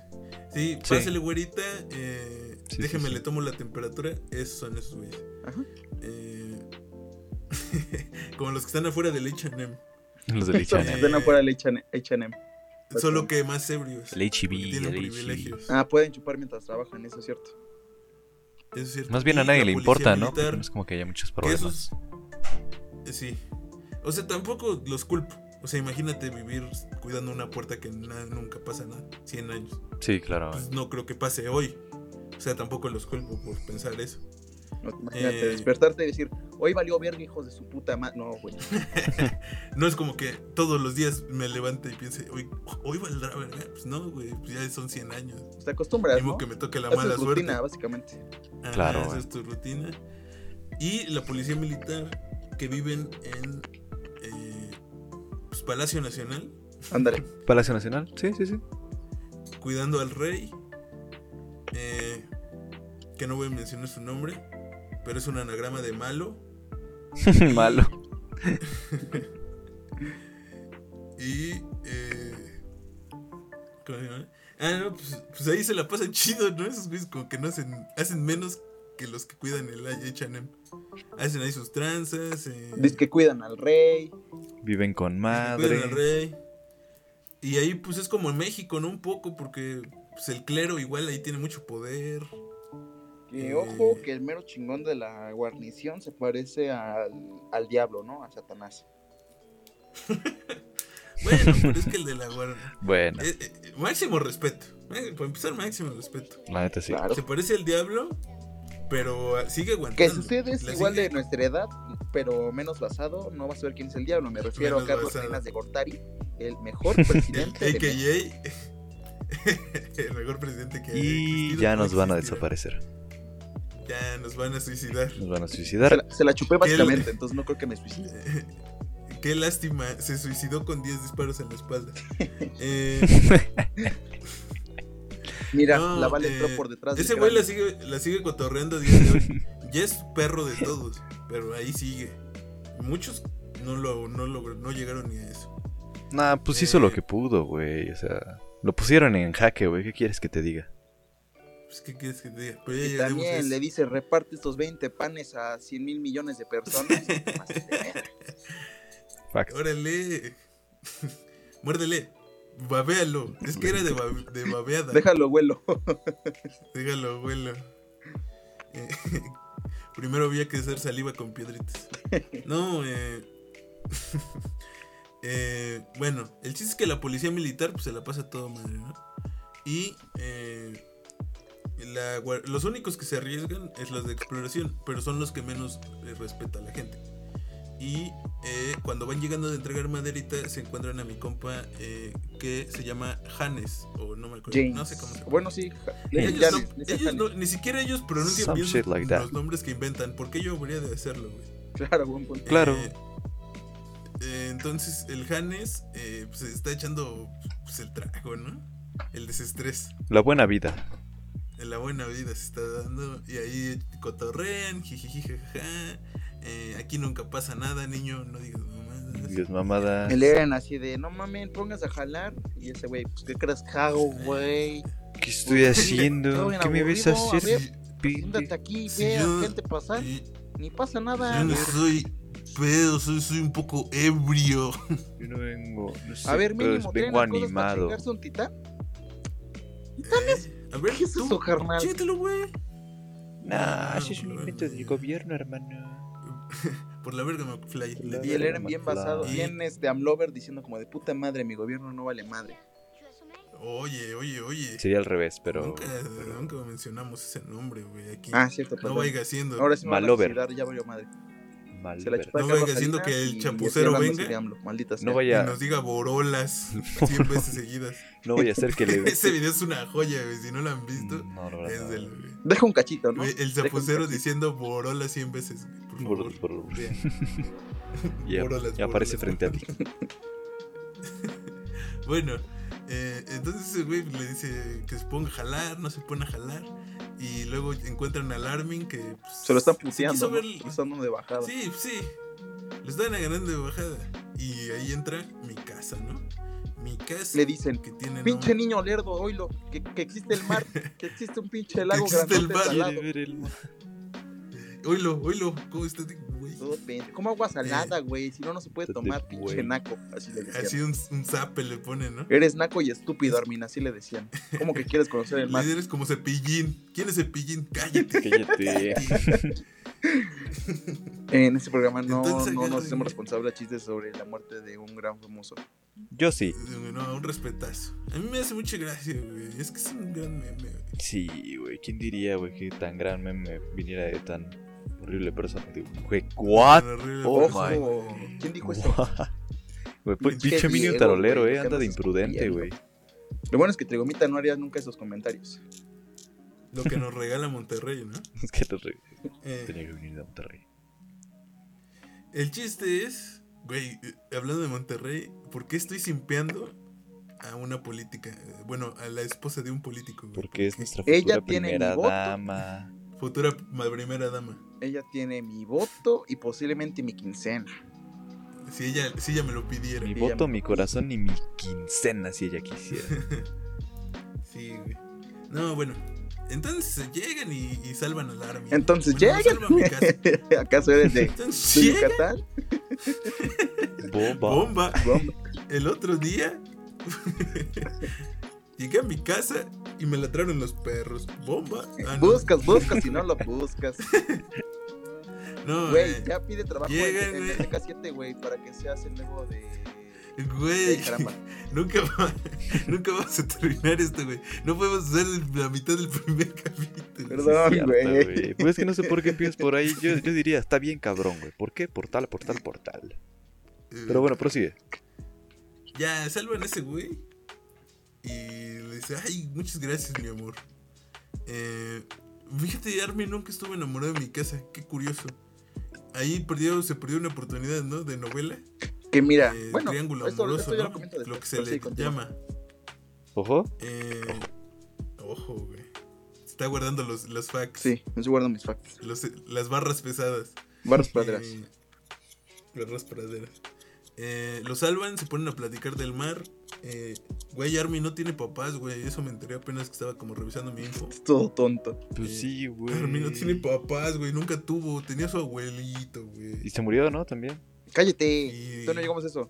Speaker 2: Sí,
Speaker 4: Sí.
Speaker 2: pásale güerita, eh,
Speaker 4: Sí, sí,
Speaker 2: déjeme
Speaker 4: sí.
Speaker 2: le tomo la temperatura, esos son esos güeyes.
Speaker 3: Ajá.
Speaker 2: Eh, como los que están afuera del H&M,
Speaker 4: Los del
Speaker 3: Esos que
Speaker 2: H&M.
Speaker 4: H&M.
Speaker 3: están afuera del H&M. H&M.
Speaker 2: solo que más ebrios.
Speaker 4: El H-E-B,
Speaker 2: porque tienen
Speaker 4: el H-E-B.
Speaker 2: privilegios.
Speaker 3: Ah, pueden chupar mientras trabajan, eso es cierto.
Speaker 2: Eso es cierto.
Speaker 4: Más bien
Speaker 2: Y
Speaker 4: a nadie
Speaker 2: la
Speaker 4: le
Speaker 2: policía
Speaker 4: importa, ¿no? Porque
Speaker 2: militar,
Speaker 4: no es como que haya muchos
Speaker 2: que
Speaker 4: problemas.
Speaker 2: esos- eh, Sí. O sea, tampoco los culpo. O sea, imagínate vivir cuidando una puerta que na- nunca pasa nada. 100 años.
Speaker 4: Sí, claro.
Speaker 2: Pues no creo que pase hoy. O sea, tampoco los culpo por pensar eso.
Speaker 3: No, imagínate,
Speaker 2: Eh.
Speaker 3: despertarte y decir, hoy valió verga, hijos de su puta madre. No, güey.
Speaker 2: No es como que todos los días me levante y piense, hoy, hoy valdrá, ¿verdad? Pues no, güey, pues ya son 100 años.
Speaker 3: Pues Te acostumbras,
Speaker 2: Mismo
Speaker 3: ¿no?
Speaker 2: que me toque la
Speaker 3: Esa
Speaker 2: mala
Speaker 3: es rutina,
Speaker 2: suerte.
Speaker 3: básicamente.
Speaker 2: Ajá,
Speaker 4: Claro,
Speaker 2: Esa
Speaker 4: güey.
Speaker 2: es tu rutina. Y la policía militar que viven en eh, pues, Palacio Nacional,
Speaker 3: Ándale.
Speaker 4: Palacio Nacional. Sí, sí, sí.
Speaker 2: cuidando al rey. eh, que no voy a mencionar su nombre, pero es un anagrama de malo.
Speaker 4: Malo.
Speaker 2: Y. eh, ¿Cómo se llama? Ah, no, pues, pues ahí se la pasan chido, ¿no? Esos güeyes como que no hacen, hacen menos que los que cuidan el HM. Hacen ahí sus tranzas. eh,
Speaker 3: Dice que cuidan al rey.
Speaker 4: Viven con
Speaker 2: Cuidan al
Speaker 4: madre.
Speaker 2: rey. Y ahí pues es como en México, ¿no? Un poco, porque pues, el clero igual ahí tiene mucho poder.
Speaker 3: Que
Speaker 2: Eh.
Speaker 3: ojo, que el mero chingón de la guarnición se parece al, al diablo, ¿no? A Satanás.
Speaker 2: Bueno, pero es que el de la guardia.
Speaker 4: Bueno,
Speaker 2: eh, eh, máximo respeto. Eh, Para empezar, máximo respeto.
Speaker 4: la neta sí.
Speaker 3: Claro.
Speaker 2: Se parece al diablo, pero ah, sigue aguantando.
Speaker 3: Que si usted es
Speaker 2: La
Speaker 3: igual
Speaker 2: sigue-
Speaker 3: de nuestra edad, pero menos basado, no va a saber quién es el diablo. Me refiero
Speaker 2: Menos
Speaker 3: a Carlos
Speaker 2: basado.
Speaker 3: Salinas de Gortari, el mejor presidente
Speaker 2: El
Speaker 3: de México.
Speaker 2: AKA, el mejor presidente que haya
Speaker 4: Y
Speaker 2: existido,
Speaker 4: ya
Speaker 2: no
Speaker 4: nos van a
Speaker 2: existirá.
Speaker 4: desaparecer.
Speaker 2: Ya nos van a suicidar.
Speaker 4: Nos van a
Speaker 3: Se
Speaker 4: suicidar.
Speaker 3: la, se la chupé básicamente, entonces no creo que me suicide.
Speaker 2: Qué lástima, se suicidó con 10 disparos en la espalda. Eh,
Speaker 3: Mira,
Speaker 2: no,
Speaker 3: la Vale
Speaker 2: eh,
Speaker 3: entró por detrás del
Speaker 2: Ese güey la
Speaker 3: cráneo.
Speaker 2: sigue, la sigue cotorreando a día de hoy. ya es perro de todos, pero ahí sigue. Muchos no lo, no lo- no llegaron ni a eso.
Speaker 4: Nah, pues hizo
Speaker 2: Eh.
Speaker 4: lo que pudo, güey. O sea, lo pusieron en jaque, güey. ¿Qué quieres que te diga?
Speaker 2: Pues, ¿Qué quieres que te diga? Pero ya
Speaker 3: Y
Speaker 2: llegaremos a
Speaker 3: también
Speaker 2: eso.
Speaker 3: le dice, reparte estos 20 panes a 100 mil millones de personas.
Speaker 4: Fact.
Speaker 2: Órale. Muérdele. Babéalo. Es que era de, ba- de babeada.
Speaker 3: Déjalo, abuelo.
Speaker 2: Dígalo, abuelo. Eh, primero había que hacer saliva con piedritas. No, eh, eh, bueno, el chiste es que la policía militar pues, se la pasa todo madre, ¿no? Y eh, la guar- los únicos que se arriesgan es los de exploración, pero son los que menos eh, respeta a la gente. Y eh, cuando van llegando de entregar maderita, se encuentran a mi compa eh, que se llama Hannes, o no me acuerdo,
Speaker 3: James.
Speaker 2: no sé cómo se
Speaker 3: Bueno, sí. ja- le dicen
Speaker 2: ellos,
Speaker 3: James,
Speaker 2: no-
Speaker 3: le dicen
Speaker 2: ellos no-
Speaker 3: James.
Speaker 2: ni siquiera ellos pronuncian
Speaker 4: Some
Speaker 2: bien
Speaker 4: shit like that.
Speaker 2: los nombres que inventan. ¿Por qué yo habría de hacerlo, güey?
Speaker 3: Claro, buen punto.
Speaker 4: Claro.
Speaker 2: Eh, eh, entonces el Hannes eh, pues, se está echando pues, el trago, ¿no? El desestrés.
Speaker 4: La buena vida.
Speaker 2: En la buena vida se está dando. Y ahí cotorrean, jijiji, jajaja. Eh, aquí nunca pasa nada, niño. No digas mamadas.
Speaker 4: Dios mamada.
Speaker 3: Me leen así de, no mames, pongas a jalar. Y ese güey, pues, ¿qué crees que hago, güey?
Speaker 4: ¿Qué estoy haciendo?
Speaker 3: Estoy
Speaker 4: ¿Qué me ves
Speaker 3: aburrido, a
Speaker 4: hacer?
Speaker 3: ver.
Speaker 2: Sí,
Speaker 4: pinche?
Speaker 3: Siéntate aquí,
Speaker 2: Si
Speaker 3: ve
Speaker 2: yo-
Speaker 3: a gente pasar.
Speaker 2: sí,
Speaker 3: Ni pasa nada.
Speaker 2: Pues yo no soy pedo, soy, soy un poco ebrio.
Speaker 4: Yo no vengo. No sé,
Speaker 3: A ver,
Speaker 4: pero
Speaker 3: mínimo, traen
Speaker 4: vengo
Speaker 3: las cosas para
Speaker 4: animado.
Speaker 3: chingarse un titán.
Speaker 2: Eh, a ver,
Speaker 3: ¿Qué es
Speaker 2: tú,
Speaker 3: eso, carnal?
Speaker 2: chígatelo, güey.
Speaker 4: Nah,
Speaker 2: ese es un invento del
Speaker 4: gobierno, hermano.
Speaker 2: Por la verga, McFly.
Speaker 4: Por
Speaker 2: le
Speaker 4: la
Speaker 3: Y
Speaker 2: dije.
Speaker 3: él
Speaker 4: verga.
Speaker 3: era bien basado,
Speaker 2: Y-
Speaker 3: bien este Amlover diciendo como de puta madre, mi gobierno no vale madre.
Speaker 2: Oye, oye, oye.
Speaker 4: Sería al revés, pero.
Speaker 2: nunca, nunca mencionamos ese nombre, güey. Aquí.
Speaker 3: Ah, cierto,
Speaker 2: no
Speaker 3: perdón.
Speaker 2: vaya siendo.
Speaker 3: Ahora sí me van a
Speaker 4: Malover.
Speaker 3: suicidar, ya valió madre.
Speaker 4: Mal,
Speaker 3: Se la
Speaker 4: pero-
Speaker 3: chupa
Speaker 2: No
Speaker 3: Carlos
Speaker 2: vaya siendo
Speaker 3: Salinas
Speaker 2: que el
Speaker 3: y
Speaker 2: chapucero
Speaker 3: estoy hablando
Speaker 2: venga.
Speaker 3: de AMLO, maldita sea.
Speaker 4: No
Speaker 2: Que
Speaker 4: vaya,
Speaker 2: nos diga borolas 100 veces seguidas.
Speaker 4: no vaya a ser que le.
Speaker 2: Ese video es una joya, güey. Si no lo han visto,
Speaker 4: Mm, No, no, no,
Speaker 2: es
Speaker 4: no.
Speaker 2: del. güey.
Speaker 3: Deja un cachito, ¿no?
Speaker 2: Güey, El
Speaker 3: Deja un
Speaker 2: zapucero
Speaker 3: cachito.
Speaker 2: diciendo borolas 100 veces, güey. Por favor.
Speaker 4: Por- por- por-
Speaker 2: vean.
Speaker 4: Y ap-
Speaker 2: Borolas,
Speaker 4: y aparece
Speaker 2: borolas.
Speaker 4: frente a ti.
Speaker 2: Bueno, eh, entonces el güey le dice que se ponga a jalar, no se pone a jalar. Y luego encuentran al Armin que. pues,
Speaker 3: Se lo están
Speaker 2: se
Speaker 3: puteando,
Speaker 2: quiso
Speaker 3: ¿no?
Speaker 2: ver-
Speaker 3: Lo están dando de bajada.
Speaker 2: Sí, sí. Lo están ganando de bajada. Y ahí entra mi casa, ¿no? Mi casa.
Speaker 3: Le dicen,
Speaker 2: que tiene
Speaker 3: pinche
Speaker 2: nombre-
Speaker 3: niño lerdo, oílo, que, que existe el mar, que existe un pinche
Speaker 2: Que
Speaker 3: lago
Speaker 2: existe el
Speaker 3: grandote
Speaker 2: mar.
Speaker 3: salado.
Speaker 2: Oílo, oílo. ¿Cómo está, este güey?
Speaker 3: Todo pendejo. Como agua salada, güey, si no, no se puede
Speaker 4: Este
Speaker 3: tomar,
Speaker 4: güey.
Speaker 3: pinche naco. Así le decían.
Speaker 2: Así un, un zape le pone, ¿no?
Speaker 3: Eres naco y estúpido, Armin, así le decían. ¿Cómo que quieres conocer el mar?
Speaker 2: Líderes como cepillín. ¿Quién es cepillín? Cállate.
Speaker 3: En este programa no,
Speaker 2: Entonces,
Speaker 3: no nos
Speaker 2: agarren.
Speaker 3: hacemos responsables a chistes sobre la muerte de un gran famoso.
Speaker 4: Yo sí.
Speaker 2: No, un respetazo. A mí me hace mucha gracia, güey. Es que es un gran meme, güey.
Speaker 4: Sí, güey. ¿Quién diría, güey, que tan gran meme viniera de tan horrible persona? Digo, Güey, ¿what?
Speaker 2: Tan horrible
Speaker 4: Oh,
Speaker 2: persona.
Speaker 3: Ojo, ¿quién dijo esto?
Speaker 4: What? Güey, pues,
Speaker 2: Pinche
Speaker 4: pinche mini
Speaker 3: Diego,
Speaker 4: tarolero,
Speaker 3: güey,
Speaker 4: eh. Anda de
Speaker 3: déjanos
Speaker 4: imprudente,
Speaker 3: estudiar,
Speaker 4: güey.
Speaker 3: Lo bueno es que Trigomita no haría nunca esos comentarios.
Speaker 2: Lo que nos regala Monterrey, ¿no?
Speaker 4: Es que te re-
Speaker 2: Eh,
Speaker 4: tenía que venir de Monterrey.
Speaker 2: El chiste es, güey, eh, hablando de Monterrey, ¿por qué estoy simpeando a una política? Eh, Bueno, a la esposa de un político, güey.
Speaker 4: Porque es nuestra
Speaker 3: Ella
Speaker 4: futura
Speaker 3: tiene mi
Speaker 4: primera
Speaker 3: voto.
Speaker 4: dama.
Speaker 2: Futura ma- primera dama.
Speaker 3: Ella tiene mi voto y posiblemente mi quincena.
Speaker 2: Si ella, si ella me lo pidiera.
Speaker 4: Mi
Speaker 3: Ella
Speaker 4: voto,
Speaker 3: me-
Speaker 4: mi corazón y mi quincena si ella quisiera.
Speaker 2: Sí, güey. No, bueno. Entonces eh, llegan y, y salvan al Armin.
Speaker 3: Entonces
Speaker 2: Bueno, no
Speaker 3: llegan.
Speaker 2: salvan mi casa.
Speaker 3: ¿Acaso eres de,
Speaker 2: Entonces
Speaker 3: de
Speaker 2: llega
Speaker 3: Yucatán?
Speaker 4: Bomba.
Speaker 2: bomba.
Speaker 3: Bomba.
Speaker 2: El otro día llegué a mi casa y me latraron los perros. Bomba. Ah, no.
Speaker 3: Buscas, buscas y no lo buscas.
Speaker 2: No,
Speaker 3: Güey,
Speaker 2: eh,
Speaker 3: ya pide trabajo
Speaker 2: Llegan,
Speaker 3: en, en
Speaker 2: güey.
Speaker 3: el TK7, güey, para que seas el nuevo de.
Speaker 2: Güey,
Speaker 3: de caramba.
Speaker 2: nunca, va- nunca vamos a terminar esto, güey. No podemos hacer la mitad del primer capítulo.
Speaker 4: Sí, es
Speaker 3: Perdón,
Speaker 4: cierto,
Speaker 3: güey.
Speaker 4: güey. Pues es que no sé por qué empiezas por ahí. Yo, yo diría, está bien cabrón, güey. ¿Por qué? Por tal, por tal, por tal.
Speaker 2: Eh,
Speaker 4: Pero bueno, prosigue.
Speaker 2: Ya, salvan a ese güey. Y le dice, ay, muchas gracias, mi amor. Eh, fíjate, Armin nunca estuvo enamorado de mi casa. Qué curioso. Ahí perdió, se perdió una oportunidad, ¿no? De novela.
Speaker 3: Que mira,
Speaker 2: eh,
Speaker 3: bueno,
Speaker 2: triángulo
Speaker 3: esto-
Speaker 2: amoroso,
Speaker 3: esto
Speaker 2: ¿no?
Speaker 3: ya lo comento después,
Speaker 2: que se
Speaker 3: pero
Speaker 2: le
Speaker 3: sí, continúa.
Speaker 2: llama.
Speaker 4: Ojo.
Speaker 2: Eh, ojo, güey. Se está guardando los, los facts.
Speaker 3: sí, me estoy guardando mis facts.
Speaker 2: Los- las barras pesadas.
Speaker 3: Barras para atrás.
Speaker 2: Eh, barras praderas. Eh, lo salvan, se ponen a platicar del mar. Eh, güey, Armin no tiene papás, güey. Eso me enteré apenas que estaba como revisando mi info.
Speaker 3: Es todo tonto.
Speaker 4: Pues sí, güey.
Speaker 2: Armin no tiene papás, güey. Nunca tuvo. Tenía su abuelito,
Speaker 4: Y
Speaker 2: güey.
Speaker 4: se murió, ¿no? También.
Speaker 3: Cállate.
Speaker 2: Y-
Speaker 3: Tú no llegamos a eso.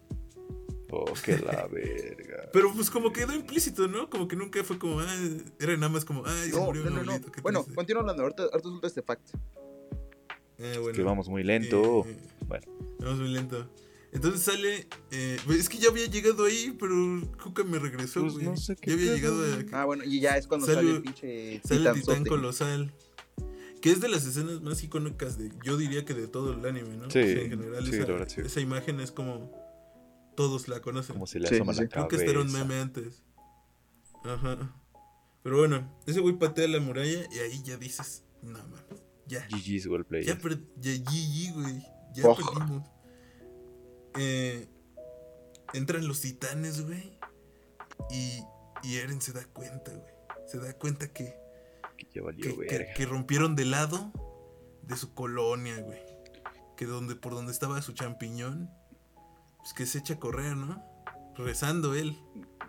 Speaker 4: Oh, que la verga.
Speaker 2: Pero pues como quedó implícito, ¿no? Como que nunca fue como, ah, era nada más como, ay, se
Speaker 3: No,
Speaker 2: murió
Speaker 3: no,
Speaker 2: mi
Speaker 3: no, no.
Speaker 2: abuelito. qué
Speaker 3: Bueno,
Speaker 2: triste.
Speaker 3: continúa hablando. Ahorita, ahorita suelto este fact.
Speaker 2: Eh, bueno.
Speaker 4: Que vamos muy lento.
Speaker 2: Eh,
Speaker 4: Bueno.
Speaker 2: Vamos muy lento. Entonces sale. eh, pues es que ya había llegado ahí, pero Cuca me regresó,
Speaker 4: Pues
Speaker 2: güey.
Speaker 4: no sé qué
Speaker 2: ya había
Speaker 4: pedo,
Speaker 2: llegado
Speaker 4: güey.
Speaker 2: a. que
Speaker 3: Ah, bueno, y ya es cuando
Speaker 2: Sale-
Speaker 3: sale, el pinche
Speaker 2: sale el titán
Speaker 3: titanzote.
Speaker 2: colosal. Que es de las escenas más icónicas de. Yo diría que de todo el anime, ¿no?
Speaker 4: Sí,
Speaker 2: O sea, en general,
Speaker 4: sí,
Speaker 2: esa,
Speaker 4: la verdad, sí.
Speaker 2: esa imagen es como. Todos la conocen.
Speaker 4: Como ah. si le
Speaker 3: Sí,
Speaker 4: asoma
Speaker 3: sí,
Speaker 4: la
Speaker 3: sí.
Speaker 2: Creo que este era un
Speaker 4: cabeza.
Speaker 2: meme antes. Ajá. Pero bueno, ese güey patea la muralla y ahí ya dices. No, mames. Ya.
Speaker 4: GG's World
Speaker 2: Ya,
Speaker 4: Player.
Speaker 2: per- ya GG, güey. Ya
Speaker 3: Ojo.
Speaker 2: perdimos. Eh, entran los titanes, güey. Y, y Eren se da cuenta, güey. Se da cuenta que,
Speaker 4: Que ya
Speaker 2: que,
Speaker 4: valió
Speaker 2: que-
Speaker 4: verga.
Speaker 2: que rompieron de lado de su colonia, güey. Que donde, por donde estaba su champiñón, pues que se echa a correr, ¿no? Rezando él.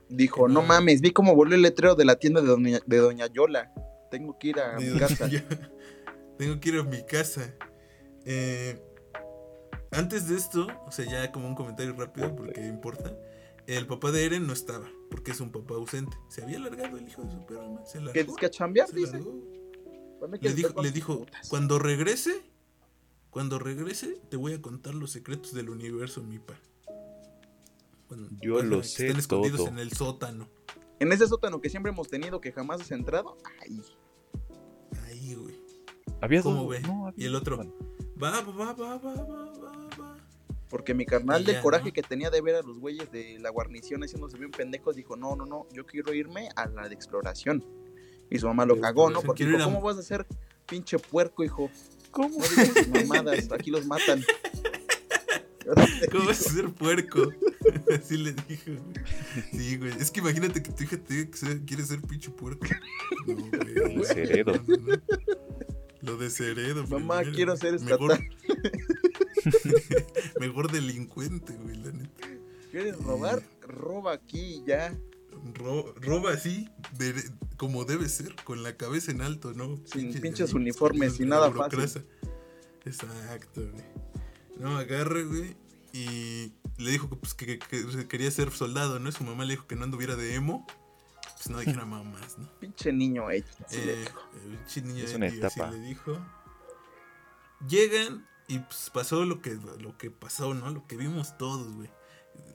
Speaker 3: Dijo, no mames, vi cómo voló el letrero de la tienda de Doña, de Doña Yola. Tengo que ir a mi casa.
Speaker 2: Ya. Tengo que ir a mi casa. Eh, antes de esto, o sea, ya como un comentario rápido, porque importa. El papá de Eren no estaba, porque es un papá ausente. Se había alargado el hijo de su perro, ¿no? se
Speaker 3: ¿Qué
Speaker 2: alargó.
Speaker 3: que a chambear,
Speaker 2: se
Speaker 3: dice?
Speaker 2: alargó.
Speaker 3: Ponme que
Speaker 2: Le dijo,
Speaker 3: después
Speaker 2: le
Speaker 3: vamos-
Speaker 2: dijo cuando regrese, cuando regrese, te voy a contar los secretos del universo, mi pa. Cuando-
Speaker 4: Yo lo
Speaker 2: que
Speaker 4: sé
Speaker 2: Están escondidos
Speaker 4: todo.
Speaker 2: en el sótano.
Speaker 3: En ese sótano que siempre hemos tenido que jamás has entrado. Ay,
Speaker 2: Ahí, güey.
Speaker 4: Había
Speaker 2: ¿Cómo
Speaker 4: dos.
Speaker 2: ve?
Speaker 4: No, había
Speaker 2: Y el otro.
Speaker 4: bueno,
Speaker 2: Va, va, va, va, va, va, va.
Speaker 3: porque mi carnal
Speaker 2: Y ya,
Speaker 3: del coraje
Speaker 2: ¿no?
Speaker 3: que tenía de ver a los güeyes de la guarnición haciéndose bien pendejos dijo, no, no, no, yo quiero irme a la de exploración. Y su mamá lo
Speaker 2: De
Speaker 4: pues,
Speaker 3: cagó, ¿no?
Speaker 2: exploración,
Speaker 3: Porque
Speaker 2: quiero
Speaker 3: dijo,
Speaker 2: ir a-
Speaker 3: ¿cómo vas a ser pinche puerco, hijo?
Speaker 4: ¿Cómo?
Speaker 3: No digas mamadas, aquí los matan.
Speaker 2: ¿Cómo vas a ser puerco? Así le dijo. güey. Sí, güey. Es que imagínate que tu hija te diga que se- quiere ser pinche puerco. No, güey.
Speaker 4: Desheredo.
Speaker 2: No, no, no. Lo desheredo.
Speaker 3: Mamá,
Speaker 2: primero,
Speaker 3: quiero
Speaker 2: güey.
Speaker 3: ser
Speaker 2: Mejor- Mejor delincuente, güey, la neta.
Speaker 3: ¿Quieres robar? Roba aquí ya.
Speaker 2: Ro- roba así, de- como debe ser, con la cabeza en alto, ¿no?
Speaker 3: Sin
Speaker 2: Pinches-
Speaker 3: pinches uniformes, sin nada fácil.
Speaker 2: burocracia. Exacto, güey. No, agarre, güey. Y le dijo que, pues, que, que quería ser soldado, ¿no? Su mamá le dijo que no anduviera de emo. Pues no dijera mamás, ¿no?
Speaker 3: Pinche niño, eh. Sí,
Speaker 2: Eh, el pinche niño
Speaker 4: Es
Speaker 2: de
Speaker 4: una
Speaker 2: Dios, sí
Speaker 4: etapa.
Speaker 2: le dijo. Llegan y pues pasó lo que, lo que pasó, ¿no? Lo que vimos todos, güey.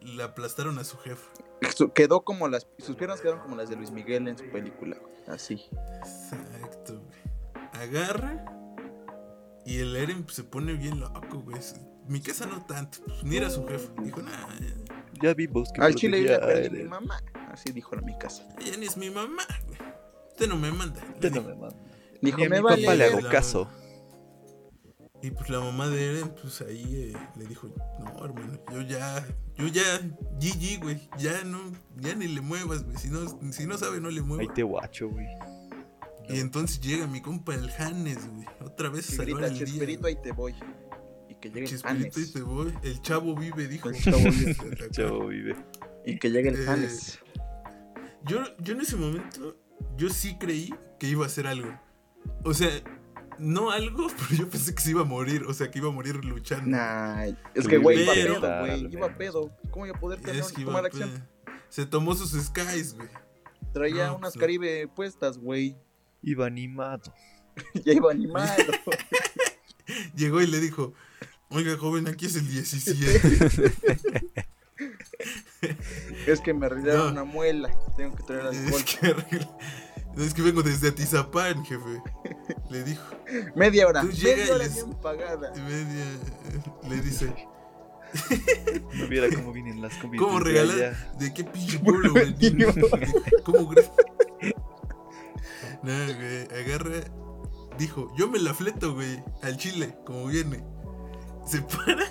Speaker 2: Le aplastaron a su jefe.
Speaker 3: Su- quedó como las sus piernas quedaron como las de Luis Miguel en su película güey, así
Speaker 2: Exacto, güey. Agarra y el Eren pues, se pone bien loco, güey. Se- Mi casa no tanto, pues, ni era su jefe. Dijo, nah, ya,
Speaker 4: Ya vimos que.
Speaker 3: al chile yo
Speaker 4: protegía
Speaker 3: le
Speaker 4: a
Speaker 3: perdí a mi
Speaker 4: Eren.
Speaker 3: mamá así dijo en mi casa
Speaker 2: ya ni es mi mamá, güey. Usted no me manda. le
Speaker 4: Usted no
Speaker 2: dijo.
Speaker 4: me manda.
Speaker 3: dijo
Speaker 4: Ni a mi
Speaker 3: me
Speaker 4: papá
Speaker 3: vale
Speaker 4: le
Speaker 2: verga".
Speaker 4: hago caso.
Speaker 2: Y pues la mamá de Eren, pues ahí eh, le dijo, no, hermano, yo ya, yo ya, GG, güey. Ya no, ya ni le muevas, güey. Si no, si no sabe, no le
Speaker 4: Ahí
Speaker 2: muevas.
Speaker 4: te guacho, güey.
Speaker 2: Y entonces llega mi compa el Hannes, güey. Otra vez a
Speaker 3: Que
Speaker 2: salvar
Speaker 3: grita,
Speaker 2: el día.
Speaker 3: Chespirito,
Speaker 2: güey.
Speaker 3: ahí te voy. Y que llegue el
Speaker 2: Chespirito y
Speaker 3: Hannes.
Speaker 2: te voy. El chavo vive, dijo.
Speaker 3: El chavo vive.
Speaker 2: Tal cual.
Speaker 4: Chavo vive.
Speaker 3: Y que llegue
Speaker 2: Eh,
Speaker 3: el Hannes.
Speaker 2: Yo, yo en ese momento, yo sí creí que iba a hacer algo. O sea, no algo, pero yo pensé que se iba a morir. O sea, que iba a morir luchando.
Speaker 3: Nah, es
Speaker 4: Sí,
Speaker 3: que, güey, iba
Speaker 2: pero-
Speaker 3: pedo, güey. Iba
Speaker 4: Dale.
Speaker 3: pedo. ¿Cómo iba a poder tener,
Speaker 2: es que iba
Speaker 3: tomar
Speaker 2: a
Speaker 3: acción?
Speaker 2: pe- Se tomó sus skies, güey.
Speaker 3: Traía
Speaker 2: No,
Speaker 3: unas
Speaker 2: pues no.
Speaker 3: caribe puestas, güey.
Speaker 4: Iba animado.
Speaker 3: Ya iba animado.
Speaker 2: Llegó y le dijo, oiga, joven, aquí es el 17.
Speaker 3: es que me arreglaron
Speaker 2: No. Eh,
Speaker 3: una muela. Tengo que traer alcohol.
Speaker 2: es, que arregla- es que vengo desde Atizapán, jefe. Le dijo.
Speaker 3: Media hora.
Speaker 2: Tú llega
Speaker 3: Media
Speaker 2: y
Speaker 3: hora
Speaker 2: les-
Speaker 3: bien pagada.
Speaker 2: Y media, le dice,
Speaker 4: No viera cómo vienen las comidas.
Speaker 2: ¿cómo
Speaker 4: de
Speaker 2: regalar?
Speaker 4: allá.
Speaker 2: ¿De qué pinche pueblo venimos? ¿De ¿Cómo gra- No, güey, agarra. Dijo, yo me la fleto, güey, al chile, como viene. Se para.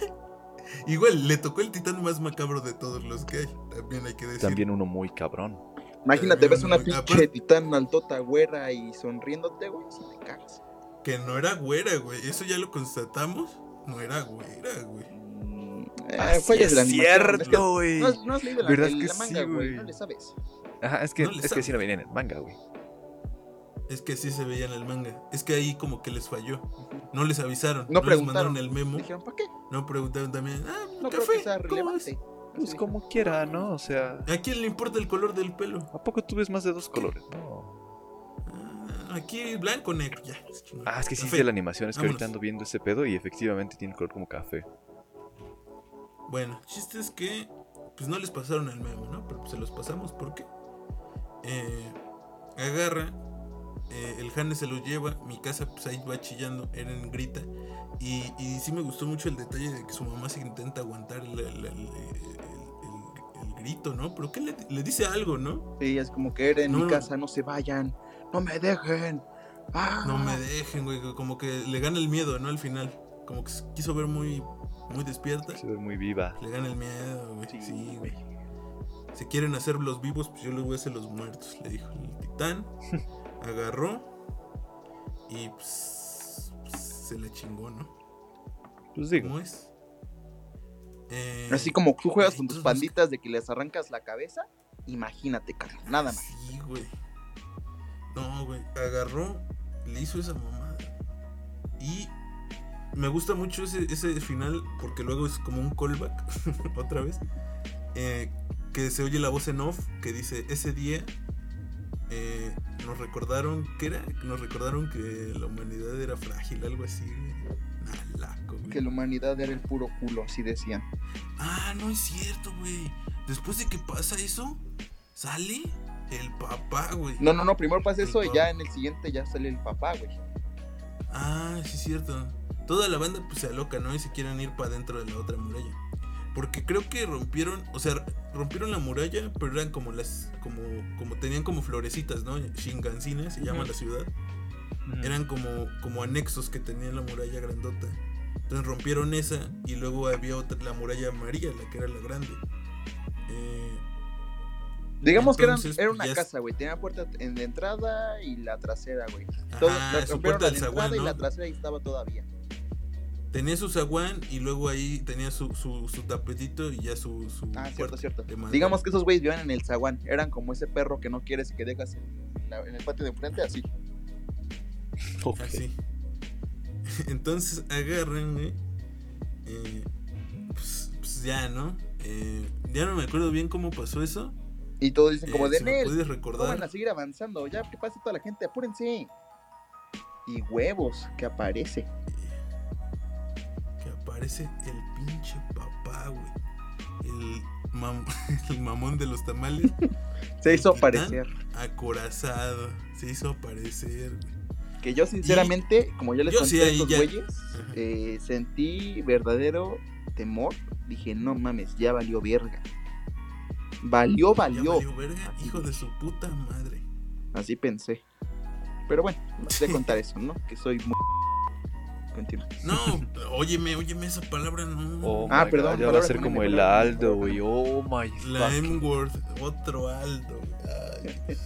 Speaker 2: Igual, le tocó el titán más macabro de todos los que hay. También hay que decir.
Speaker 4: También uno muy cabrón.
Speaker 2: Eh,
Speaker 3: Imagínate, ves una
Speaker 2: Aparte-
Speaker 3: pinche titán altota güera y sonriéndote, güey. Si te cagas.
Speaker 2: Que no era güera, güey. Eso ya lo constatamos. No era güera, güey.
Speaker 3: Mm, eh,
Speaker 4: Así
Speaker 3: fallas de la
Speaker 4: Ah, es
Speaker 3: animación,
Speaker 4: cierto, güey.
Speaker 3: No, has- no has leído la,
Speaker 4: ¿Verdad
Speaker 3: el-
Speaker 4: que
Speaker 3: la manga,
Speaker 4: sí,
Speaker 3: güey.
Speaker 4: güey?
Speaker 3: No le sabes.
Speaker 4: Ajá, es que,
Speaker 2: No le
Speaker 4: es que
Speaker 2: sabe.
Speaker 4: sí lo venía en el manga, güey.
Speaker 2: Es que sí se veía en el manga. Es que ahí como que les falló. No les avisaron.
Speaker 3: No
Speaker 2: les
Speaker 3: preguntaron.
Speaker 2: mandaron el memo.
Speaker 3: Dijeron, ¿para qué?
Speaker 2: No preguntaron también. Ah,
Speaker 3: No creo que
Speaker 2: café.
Speaker 3: sea
Speaker 2: ¿cómo es?
Speaker 3: relevante.
Speaker 4: Pues como quiera, ¿no? O sea,
Speaker 2: ¿A quién le importa el color del pelo?
Speaker 4: ¿a poco tú ves más de dos colores? No.
Speaker 2: Ah, aquí blanco, negro. Ya.
Speaker 4: Ah, es que sí
Speaker 2: Café.
Speaker 4: de la animación. Es que ahorita
Speaker 2: Vámonos.
Speaker 4: ando viendo ese pedo y efectivamente tiene color como café.
Speaker 2: Bueno, el chiste es que pues no les pasaron el meme, ¿no? Pero pues, se los pasamos porque eh, agarra, eh, el Hannes se lo lleva, mi casa pues ahí va chillando, Eren grita. Y, y sí me gustó mucho el detalle de que su mamá se intenta aguantar el, el- el- el- el- el grito, ¿no? Pero que le, le dice algo, ¿no?
Speaker 3: Sí, es como que era en
Speaker 2: No,
Speaker 3: mi
Speaker 2: no.
Speaker 3: casa, no se vayan. No me dejen. Ah,
Speaker 2: No me dejen, güey, como que le gana el miedo, ¿no? Al final, como que se quiso ver muy, muy despierta.
Speaker 4: Se ve muy viva.
Speaker 2: Le gana el miedo, güey.
Speaker 3: Sí,
Speaker 2: Sí, güey. Si quieren hacer los vivos, pues yo les voy a hacer los muertos, le dijo el titán. Agarró y pues, pues, se la chingó, ¿no?
Speaker 4: Pues digo,
Speaker 2: ¿Cómo es? Eh,
Speaker 3: Así como tú juegas con
Speaker 2: Entonces,
Speaker 3: tus panditas de que les arrancas la cabeza, imagínate, carnal, nada más.
Speaker 2: Sí, güey. No, güey. Agarró, le hizo esa mamada. Y me gusta mucho ese, ese final porque luego es como un callback, otra vez. eh, que se oye la voz en off que dice, ese día eh, nos recordaron que era, nos recordaron que la humanidad era frágil, algo así. güey. Nah, laco, güey.
Speaker 3: Que la humanidad era el puro culo, así decían.
Speaker 2: Ah, no es cierto, güey. Después de que pasa eso, sale el papá, güey.
Speaker 3: No, no, no, primero pasa eso y
Speaker 2: Entonces-
Speaker 3: ya en el siguiente ya sale el papá, güey.
Speaker 2: Ah, sí, es cierto. Toda la banda pues se aloca, ¿no? Y se quieren ir para dentro de la otra muralla. Porque creo que rompieron, o sea, rompieron la muralla, pero eran como las, como, como tenían como florecitas, ¿no? Shingansine se llama
Speaker 4: Ujú.
Speaker 2: la ciudad. Eran como, como anexos que tenían la muralla grandota. Entonces rompieron esa y luego había otra, la muralla amarilla, la que era la grande. Eh,
Speaker 3: Digamos
Speaker 2: Entonces,
Speaker 3: que eran, era
Speaker 2: pues,
Speaker 3: una
Speaker 2: ya es-
Speaker 3: casa, güey. Tenía puerta en la entrada y la trasera, güey. Todo,
Speaker 2: ajá,
Speaker 3: la-
Speaker 2: su
Speaker 3: rompieron
Speaker 2: puerta
Speaker 3: la
Speaker 2: del
Speaker 3: entrada
Speaker 2: zaguán,
Speaker 3: y
Speaker 2: ¿no?
Speaker 3: la trasera ahí estaba todavía.
Speaker 2: Tenía su zaguán y luego ahí tenía su, su, su tapetito y ya su, su
Speaker 3: Ah, cierto,
Speaker 2: puerta
Speaker 3: cierto.
Speaker 2: de madera.
Speaker 3: Digamos que esos güeyes vivían en el zaguán. Eran como ese perro que no quieres y que dejas en, la- en el patio de enfrente, así.
Speaker 4: Ok.
Speaker 2: Así. Entonces agarren, güey. Eh, pues, pues ya, ¿no? Eh, ya no me acuerdo bien cómo pasó eso.
Speaker 3: Y todos dicen como
Speaker 2: Eh,
Speaker 3: de
Speaker 2: si me
Speaker 3: Nel,
Speaker 2: puedes
Speaker 3: No van a
Speaker 2: recordar.
Speaker 3: seguir avanzando, ya que pase toda la gente, apúrense. Y huevos que aparece.
Speaker 2: eh, Que aparece el pinche papá, güey. El, mam- el mamón de los tamales
Speaker 3: Se hizo
Speaker 2: ¿Titán?
Speaker 3: aparecer.
Speaker 2: acorazado. Se hizo aparecer, güey.
Speaker 3: Que yo sinceramente, como yo les
Speaker 2: Yo
Speaker 3: conté
Speaker 2: sí,
Speaker 3: a
Speaker 2: ahí
Speaker 3: estos
Speaker 2: ya-
Speaker 3: güeyes,
Speaker 2: Ajá.
Speaker 3: eh, sentí verdadero temor. Dije, no mames, ya valió verga. Valió,
Speaker 2: Ya
Speaker 3: valió.
Speaker 2: valió verga, hijo de su puta madre.
Speaker 3: Así pensé. Pero bueno, no sé contar eso, ¿no? Que soy muy... Continúa.
Speaker 2: No, óyeme, óyeme esa palabra, no.
Speaker 4: Oh
Speaker 3: Ah,
Speaker 4: my
Speaker 3: perdón,
Speaker 4: God, Ya va a
Speaker 3: palabra
Speaker 4: ser
Speaker 3: con
Speaker 4: como
Speaker 3: M,
Speaker 4: el
Speaker 3: palabra con M,
Speaker 4: Aldo, güey.
Speaker 3: palabra
Speaker 4: Oh my
Speaker 2: La
Speaker 4: fuck.
Speaker 2: M-Word, otro Aldo. güey. Ay, Dios.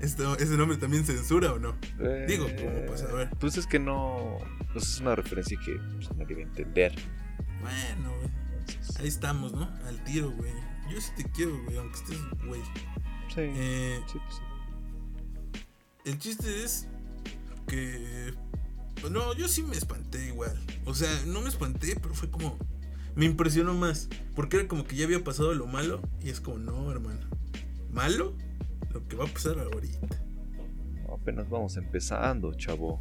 Speaker 2: Esto- ¿Ese nombre también censura o no?
Speaker 4: Eh,
Speaker 2: Digo, como pasa, a ver.
Speaker 4: Pues es que no. pues es una referencia que pues, nadie va a entender.
Speaker 2: Bueno, güey.
Speaker 4: Entonces,
Speaker 2: Ahí estamos, ¿no? Al tiro, güey. Yo sí te quiero, güey, aunque estés, güey.
Speaker 4: sí.
Speaker 2: Eh,
Speaker 4: sí, pues, sí.
Speaker 2: El chiste es que. pues, No, yo sí me espanté igual. O sea, no me espanté, pero fue como. Me impresionó más. Porque era como que ya había pasado lo malo. Y es como, no, hermano. ¿Malo? Lo que va a pasar ahorita.
Speaker 4: Apenas vamos empezando, chavo.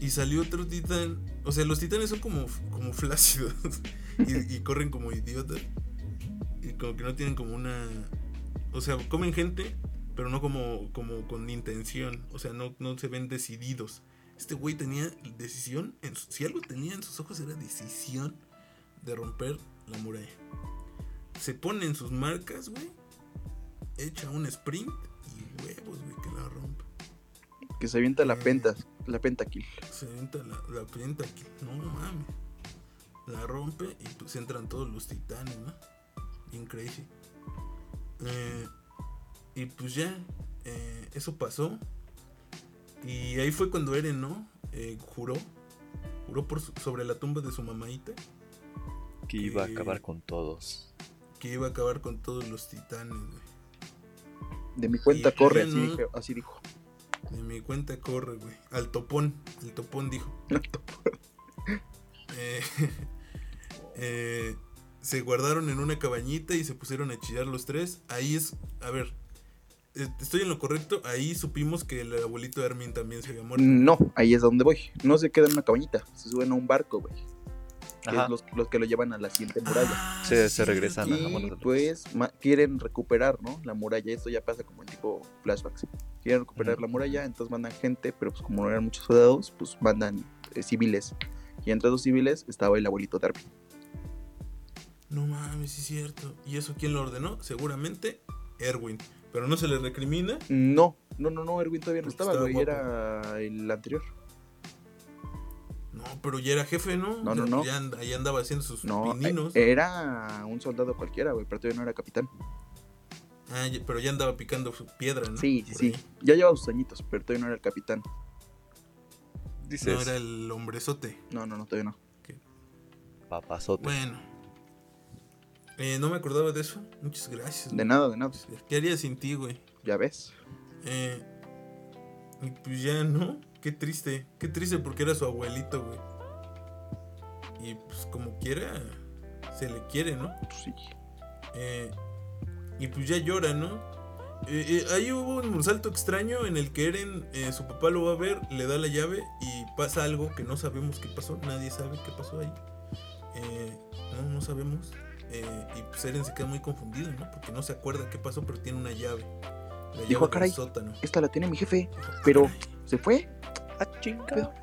Speaker 2: Y salió otro titán. O sea, los titanes son como, como flácidos. y, y corren como idiotas. Y como que no tienen como una. O sea, comen gente, pero no como, como con intención. O sea, no, no se ven decididos. Este güey tenía decisión. En su- si algo tenía en sus ojos era decisión de romper la muralla. Se pone en sus marcas, güey. Echa un sprint y huevos, güey, que la rompe.
Speaker 3: Que se avienta la
Speaker 2: Mm.
Speaker 3: penta, la penta kill.
Speaker 2: Se avienta la, la avienta aquí. No mames. La rompe y pues entran todos los titanes, ¿no? Bien crazy. Eh, y pues ya. eh, eso pasó. Y ahí fue cuando Eren, ¿no? Eh, juró. Juró por su- sobre la tumba de su mamaita.
Speaker 4: Que iba a
Speaker 2: Sí.
Speaker 4: acabar con todos.
Speaker 2: Que iba a acabar con todos los titanes, güey.
Speaker 3: De mi cuenta
Speaker 2: Y-
Speaker 3: corre,
Speaker 2: y
Speaker 3: así,
Speaker 2: no-
Speaker 3: dije- así dijo.
Speaker 2: De mi cuenta corre, güey. Al topón. El topón dijo. Eh, eh, se guardaron en una cabañita y se pusieron a chillar los tres. Ahí es, a ver, eh, estoy en lo correcto. Ahí supimos que el abuelito de Armin también se había muerto.
Speaker 3: No, ahí es donde voy. No se queda en una cabañita, se suben a un barco, güey. Que
Speaker 4: Ajá.
Speaker 3: es los, los que lo llevan a la siguiente muralla.
Speaker 2: Ah,
Speaker 4: Sí, se regresan
Speaker 2: cierto.
Speaker 4: a-
Speaker 3: y
Speaker 4: vámonos.
Speaker 3: pues ma- quieren recuperar, ¿no? La muralla, esto ya pasa como en tipo flashbacks. Quieren recuperar
Speaker 4: Ujú.
Speaker 3: la muralla, entonces mandan gente, pero pues como no eran muchos soldados, pues mandan eh, civiles. Y entre los civiles estaba el abuelito Darby.
Speaker 2: No mames, sí es cierto. ¿Y eso quién lo ordenó? Seguramente Erwin. Pero no se le recrimina.
Speaker 3: No, no, no, no, Erwin todavía no
Speaker 2: Porque
Speaker 3: estaba,
Speaker 2: estaba
Speaker 3: güey,
Speaker 2: guapo.
Speaker 3: era el anterior.
Speaker 2: No, pero ya era jefe, ¿no?
Speaker 3: No, no, no.
Speaker 2: Ya, and- ahí andaba haciendo sus
Speaker 3: No,
Speaker 2: pininos.
Speaker 3: eh, era un soldado cualquiera, güey, pero todavía no era capitán.
Speaker 2: Ah, ya- pero ya andaba picando su piedra, ¿no?
Speaker 3: Sí, sí,
Speaker 2: Por
Speaker 3: sí.
Speaker 2: ahí.
Speaker 3: Ya llevaba sus añitos, pero todavía no era el capitán.
Speaker 4: Dices,
Speaker 2: No era el hombrezote.
Speaker 3: No, no, no, todavía no.
Speaker 4: papazote.
Speaker 2: Bueno. Eh, no me acordaba de eso. Muchas gracias.
Speaker 3: De nada, de nada.
Speaker 2: güey. ¿Qué haría sin ti, güey?
Speaker 3: Ya ves.
Speaker 2: Eh, y pues ya, ¿no? Qué triste. Qué triste porque era su abuelito, güey. Y pues como quiera, se le quiere, ¿no?
Speaker 3: Pues sí.
Speaker 2: Eh, y pues ya llora, ¿no? Eh, eh, ahí hubo un salto extraño en el que Eren, eh, su papá lo va a ver, le da la llave y pasa algo que no sabemos qué pasó, nadie sabe qué pasó ahí. Eh, no, no sabemos. Eh, y pues Eren se queda muy confundido, ¿no? Porque no se acuerda qué pasó, pero tiene una llave. La
Speaker 3: Dijo, "Ah,
Speaker 2: llave
Speaker 3: caray".
Speaker 2: del sótano.
Speaker 3: Esta la tiene mi jefe,
Speaker 2: Dijo, "Ah,
Speaker 3: pero
Speaker 2: caray,
Speaker 3: se fue.
Speaker 4: Ah, chinga.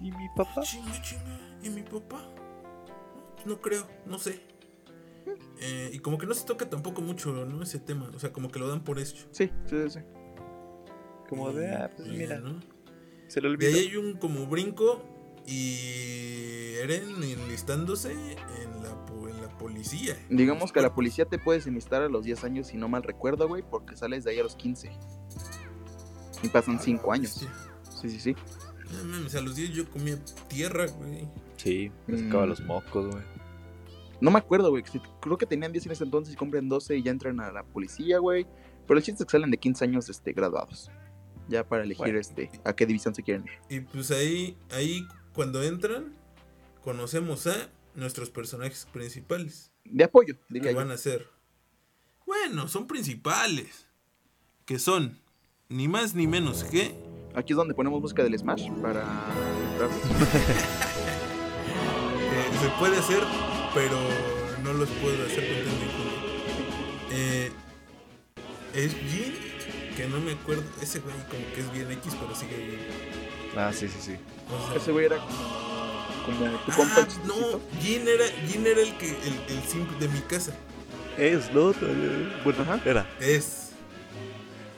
Speaker 4: ¿Y mi papá?
Speaker 2: Chinga, chinga. ¿Y mi papá? No creo, no sé. Eh, y como que no se toca tampoco mucho, ¿no? Ese tema. O sea, como que lo dan por hecho.
Speaker 3: Sí, sí, sí. sí.
Speaker 4: Como de, ah, pues
Speaker 2: Y ya,
Speaker 4: mira,
Speaker 2: ¿no?
Speaker 4: se le
Speaker 2: De ahí
Speaker 4: olvidó.
Speaker 2: hay un como brinco y Eren enlistándose en la, po- en la policía.
Speaker 3: Digamos que a la policía te puedes enlistar a los 10 años, si no mal recuerdo, güey, porque sales de ahí a los 15. Y pasan 5 años.
Speaker 2: Hostia.
Speaker 3: Sí, sí, sí.
Speaker 2: Ah, No mames, a los 10 yo comía tierra, güey.
Speaker 4: Sí, me sacaba
Speaker 3: Mm.
Speaker 4: los mocos, güey.
Speaker 3: No me acuerdo, güey. si- Creo que tenían 10 en ese entonces y compran 12 y ya entran a la policía, güey. Pero el chiste es que salen de 15 años este, graduados. Ya para elegir
Speaker 4: Bueno.
Speaker 3: este a qué división se quieren ir.
Speaker 2: Y pues ahí, ahí cuando entran, conocemos a nuestros personajes principales.
Speaker 3: De apoyo,
Speaker 2: que
Speaker 3: diría yo.
Speaker 2: van a ser? Bueno, son principales. Que son ni más ni menos que.
Speaker 3: Aquí es donde ponemos música del Smash para entrarle.
Speaker 2: eh, se puede hacer, pero no los puedo hacer con Tandy Kong. Eh, es Jin, que no me acuerdo. Ese güey como que es bien X, pero sigue bien.
Speaker 4: Ah, sí, sí, sí.
Speaker 2: O sea,
Speaker 3: Ese güey era como, como tu compa.
Speaker 2: ah,
Speaker 3: el
Speaker 2: no,
Speaker 3: chistosito.
Speaker 2: Jin era, Jin era el que el, el simp de mi casa.
Speaker 4: Es, ¿no? Bueno,
Speaker 3: Ajá.
Speaker 4: era.
Speaker 2: Es.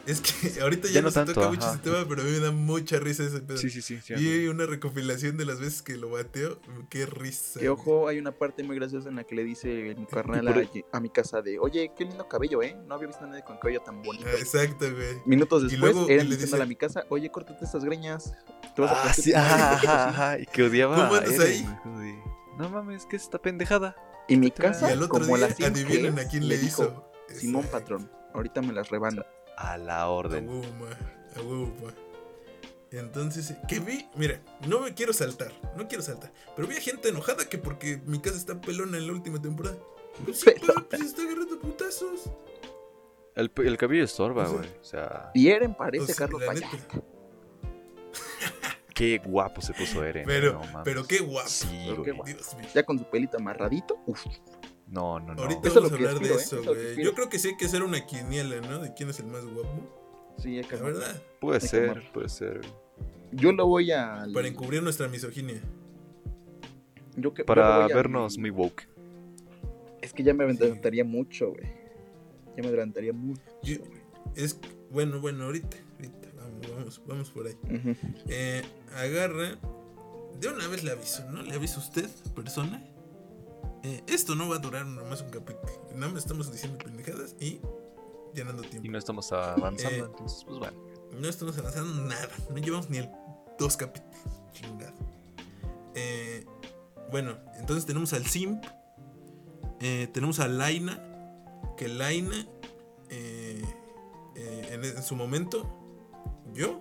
Speaker 2: Es que ahorita ya,
Speaker 4: Ya no
Speaker 2: no se
Speaker 4: tanto,
Speaker 2: toca mucho
Speaker 4: ajá.
Speaker 2: ese tema, pero a mí me da mucha risa ese pedo.
Speaker 4: Sí, sí, sí. sí,
Speaker 2: Y una recopilación de las veces que lo bateo. Qué risa.
Speaker 3: Que ojo, hay una parte muy graciosa en la que le dice mi carnal
Speaker 4: por
Speaker 3: a,
Speaker 4: el-
Speaker 3: a mi casa de, oye, qué lindo cabello, ¿eh? No había visto a nadie con cabello tan bonito.
Speaker 2: Ah, Exacto, güey.
Speaker 3: Minutos
Speaker 2: Y
Speaker 3: después,
Speaker 2: luego
Speaker 3: eran
Speaker 2: le
Speaker 3: diciéndole a
Speaker 2: dice-
Speaker 3: mi casa, oye, córtate estas greñas. Te vas a
Speaker 4: Ah,
Speaker 3: poner
Speaker 4: sí,
Speaker 3: tu madre".
Speaker 4: ajá, ajá, ajá, Y que odiaba
Speaker 2: ¿Cómo
Speaker 4: a
Speaker 2: andas
Speaker 4: Eren,
Speaker 2: ahí?
Speaker 4: güey, como de, no mames, ¿qué es esta pendejada?
Speaker 3: Y mi
Speaker 2: Y
Speaker 3: casa,
Speaker 2: al otro
Speaker 3: como
Speaker 2: día,
Speaker 3: la sim que
Speaker 2: adivinen
Speaker 3: es,
Speaker 2: a quién le
Speaker 3: dijo,
Speaker 2: hizo. Este.
Speaker 3: Simón
Speaker 2: Exacto.
Speaker 3: Patrón, ahorita me las rebano.
Speaker 4: A la
Speaker 2: A
Speaker 4: orden.
Speaker 2: huevo, ma. A huevo, pa. Entonces, que vi, mira, no me quiero saltar, no quiero saltar, pero vi a gente enojada que porque mi casa está pelona en la última temporada. Pues sí,
Speaker 3: Pelona.
Speaker 2: pa, pues está agarrando putazos.
Speaker 4: El, pe- el cabello estorba,
Speaker 2: O sea-
Speaker 4: güey. O sea,
Speaker 3: Y Eren
Speaker 2: O
Speaker 3: parece
Speaker 2: sea,
Speaker 3: Carlos
Speaker 2: la
Speaker 3: Payá.
Speaker 2: neta.
Speaker 4: qué guapo se puso
Speaker 3: Eh,
Speaker 4: Eren.
Speaker 2: Pero,
Speaker 4: no mames.
Speaker 2: pero qué guapo.
Speaker 4: Sí,
Speaker 3: Pero qué
Speaker 4: güey.
Speaker 3: guapo.
Speaker 2: Dios mío.
Speaker 3: Ya con su pelito amarradito, uf,
Speaker 4: No, no, no.
Speaker 2: Ahorita
Speaker 3: Eso es
Speaker 2: vamos a
Speaker 3: lo que
Speaker 2: hablar
Speaker 3: aspiro,
Speaker 2: de
Speaker 3: ¿eh? Eso
Speaker 2: eso,
Speaker 3: es lo que
Speaker 2: güey.
Speaker 3: aspiro.
Speaker 2: Yo creo que sí hay que hacer una quiniela, ¿no? De quién es el más guapo.
Speaker 3: sí, hay que
Speaker 2: La verdad,
Speaker 4: Puede
Speaker 3: que
Speaker 4: ser,
Speaker 3: amarlo.
Speaker 4: puede ser. güey.
Speaker 3: Yo lo voy a...
Speaker 2: para encubrir nuestra misoginia.
Speaker 3: yo que- yo lo
Speaker 4: Para
Speaker 3: voy a-
Speaker 4: vernos muy woke.
Speaker 3: Es que ya me
Speaker 2: Sí.
Speaker 3: adelantaría mucho, güey. Ya me adelantaría mucho.
Speaker 2: Yo- es bueno, bueno, ahorita, ahorita, vamos, vamos, vamos por ahí.
Speaker 3: Ujú.
Speaker 2: Eh, agarra. De una vez le aviso, ¿no? Le aviso a usted, persona. Eh, esto no va a durar nomás un capítulo. Nada más estamos diciendo pendejadas y llenando
Speaker 4: Y
Speaker 2: tiempo.
Speaker 4: no estamos avanzando,
Speaker 2: Eh,
Speaker 4: entonces, pues
Speaker 3: Mm,
Speaker 4: bueno.
Speaker 2: No estamos avanzando nada. No llevamos ni el dos capítulos. Chingado. Eh, bueno, entonces tenemos al Simp. eh, tenemos a Laina. Que Laina. eh, eh, en, en su momento. Yo.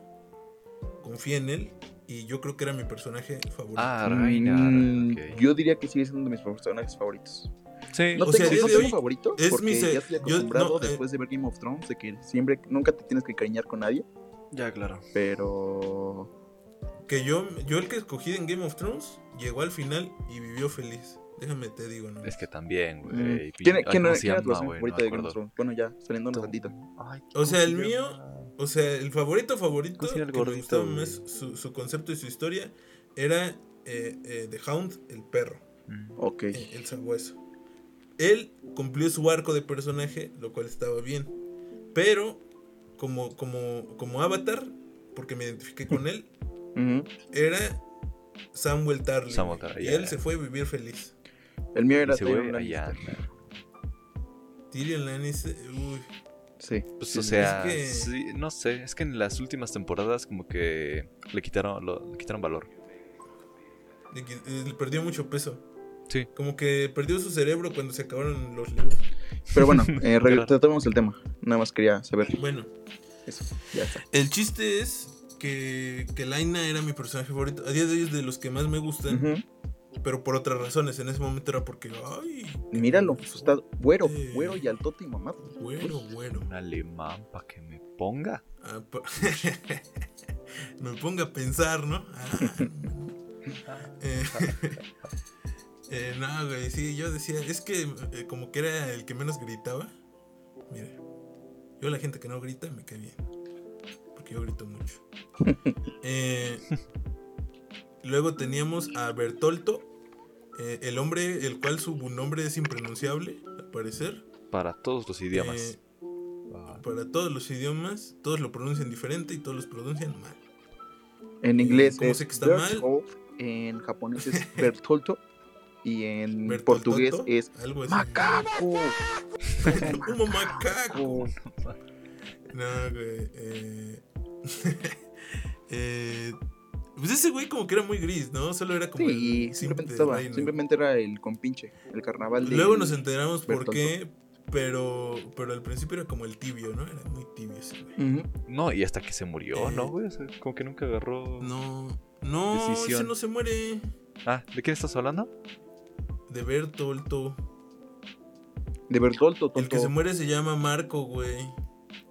Speaker 2: Confié en él. Y yo creo que era mi personaje favorito.
Speaker 4: Ah, reina.
Speaker 3: Mm,
Speaker 4: ok.
Speaker 3: Yo diría que sigue siendo uno de mis personajes favoritos.
Speaker 4: Sí,
Speaker 3: No
Speaker 2: O sea, a
Speaker 3: tengo,
Speaker 2: día
Speaker 3: no
Speaker 2: de
Speaker 3: tengo
Speaker 2: hoy
Speaker 3: favorito
Speaker 2: es
Speaker 3: porque
Speaker 2: mi se-
Speaker 3: ya estoy
Speaker 2: yo-
Speaker 3: acostumbrado
Speaker 2: no, eh.
Speaker 3: después de ver Game of Thrones de que siempre nunca te tienes que cariñar con nadie,
Speaker 4: ya, claro.
Speaker 3: pero
Speaker 2: Que yo, yo el que escogí en Game of Thrones. Llegó al final y vivió feliz. Déjame te digo, ¿no?
Speaker 4: Es que también,
Speaker 3: mm,
Speaker 4: güey.
Speaker 3: ¿quién,
Speaker 4: Ay,
Speaker 3: quién
Speaker 4: ¿cómo
Speaker 3: era-
Speaker 4: se
Speaker 3: quién era tu
Speaker 4: llama,
Speaker 3: personaje
Speaker 4: güey? No
Speaker 3: favorito
Speaker 4: me
Speaker 3: de Game of
Speaker 4: acuerdo.
Speaker 3: Thrones? Bueno, ya saliéndonos tantito.
Speaker 4: Ay,
Speaker 2: O sea, el
Speaker 4: ¿cómo se
Speaker 2: mío-
Speaker 4: llama?
Speaker 2: O sea, el favorito favorito
Speaker 4: ¿Cómo se llama el
Speaker 2: que me
Speaker 4: gordito,
Speaker 2: gustaba
Speaker 4: güey?
Speaker 2: más su, su concepto y su historia era eh, eh, The Hound, el perro,
Speaker 4: Mm.
Speaker 3: Ok.
Speaker 2: eh, el sabueso. Él cumplió su arco de personaje, lo cual estaba bien. Pero como, como, como avatar, porque me identifiqué con él,
Speaker 3: Ujú.
Speaker 2: era Samuel Tarly.
Speaker 4: Samuel
Speaker 2: güey,
Speaker 4: Tarly,
Speaker 2: Y
Speaker 4: ya,
Speaker 2: él
Speaker 4: ya.
Speaker 2: se fue a vivir feliz.
Speaker 3: El mío era
Speaker 4: Ese güey,
Speaker 3: Tyrion
Speaker 4: allá
Speaker 3: Lannister.
Speaker 4: anda.
Speaker 2: Tyrion Lannister, uy,
Speaker 3: Sí.
Speaker 4: Pues,
Speaker 3: Sí,
Speaker 4: o
Speaker 3: sí.
Speaker 4: sea,
Speaker 2: que-
Speaker 4: sí, no sé, es que en las últimas temporadas como que le quitaron, lo, le quitaron valor.
Speaker 2: de que, eh, le perdió mucho peso.
Speaker 4: Sí.
Speaker 2: Como que perdió su cerebro cuando se acabaron los libros.
Speaker 3: Pero bueno, eh,
Speaker 4: Claro.
Speaker 3: retratamos el tema. Nada más quería saber
Speaker 2: Bueno,
Speaker 3: eso. Ya está.
Speaker 2: El chiste es que, que Laina era mi personaje favorito. A día de hoy es de los que más me gustan,
Speaker 3: Ujú.
Speaker 2: pero por otras razones. En ese momento era porque, ay,
Speaker 3: Míralo, pues, está güero,
Speaker 2: Eh.
Speaker 3: güero y altote y mamá.
Speaker 2: bueno, bueno.
Speaker 4: Un alemán para que me ponga.
Speaker 2: Ah, pa- me ponga a pensar, ¿no? Ah, eh, eh, no, güey, sí, yo decía, es que eh, como que era el que menos gritaba. Mira, yo la gente que no grita me cae bien. Porque yo grito mucho. Eh, luego teníamos a Bertolto, eh, el hombre, el cual su nombre es impronunciable, al parecer.
Speaker 4: Para todos los idiomas.
Speaker 2: Eh,
Speaker 4: Ah,
Speaker 2: para todos los idiomas, todos lo pronuncian diferente y todos los pronuncian mal.
Speaker 3: En inglés
Speaker 2: ¿Cómo
Speaker 3: es
Speaker 2: sé que está mal?
Speaker 3: Berthold, en japonés es Bertolto y en
Speaker 2: Bertoltotto,
Speaker 3: Mm, portugués es
Speaker 2: algo así.
Speaker 3: macaco.
Speaker 2: Como macaco.
Speaker 3: Oh,
Speaker 2: No, güey. eh, eh, pues ese güey como que era muy gris, ¿no? Solo era como
Speaker 3: Sí,
Speaker 2: el simp de
Speaker 3: simplemente estaba,
Speaker 2: Reina.
Speaker 3: simplemente era el compinche, el carnaval de
Speaker 2: Luego nos enteramos por
Speaker 3: Bertoldo.
Speaker 2: qué, pero, pero al principio era como el tibio, ¿no? Era muy tibio ese güey.
Speaker 3: Ujú.
Speaker 4: no, y hasta que se murió,
Speaker 2: eh,
Speaker 4: ¿no, güey? O sea, como que nunca agarró...
Speaker 2: No, no, ese
Speaker 4: Decisión.
Speaker 2: no se muere.
Speaker 4: Ah, ¿de quién estás hablando?
Speaker 2: De Bertolto.
Speaker 3: de Bertolto,
Speaker 2: El que
Speaker 3: tonto.
Speaker 2: se muere se llama Marco, güey.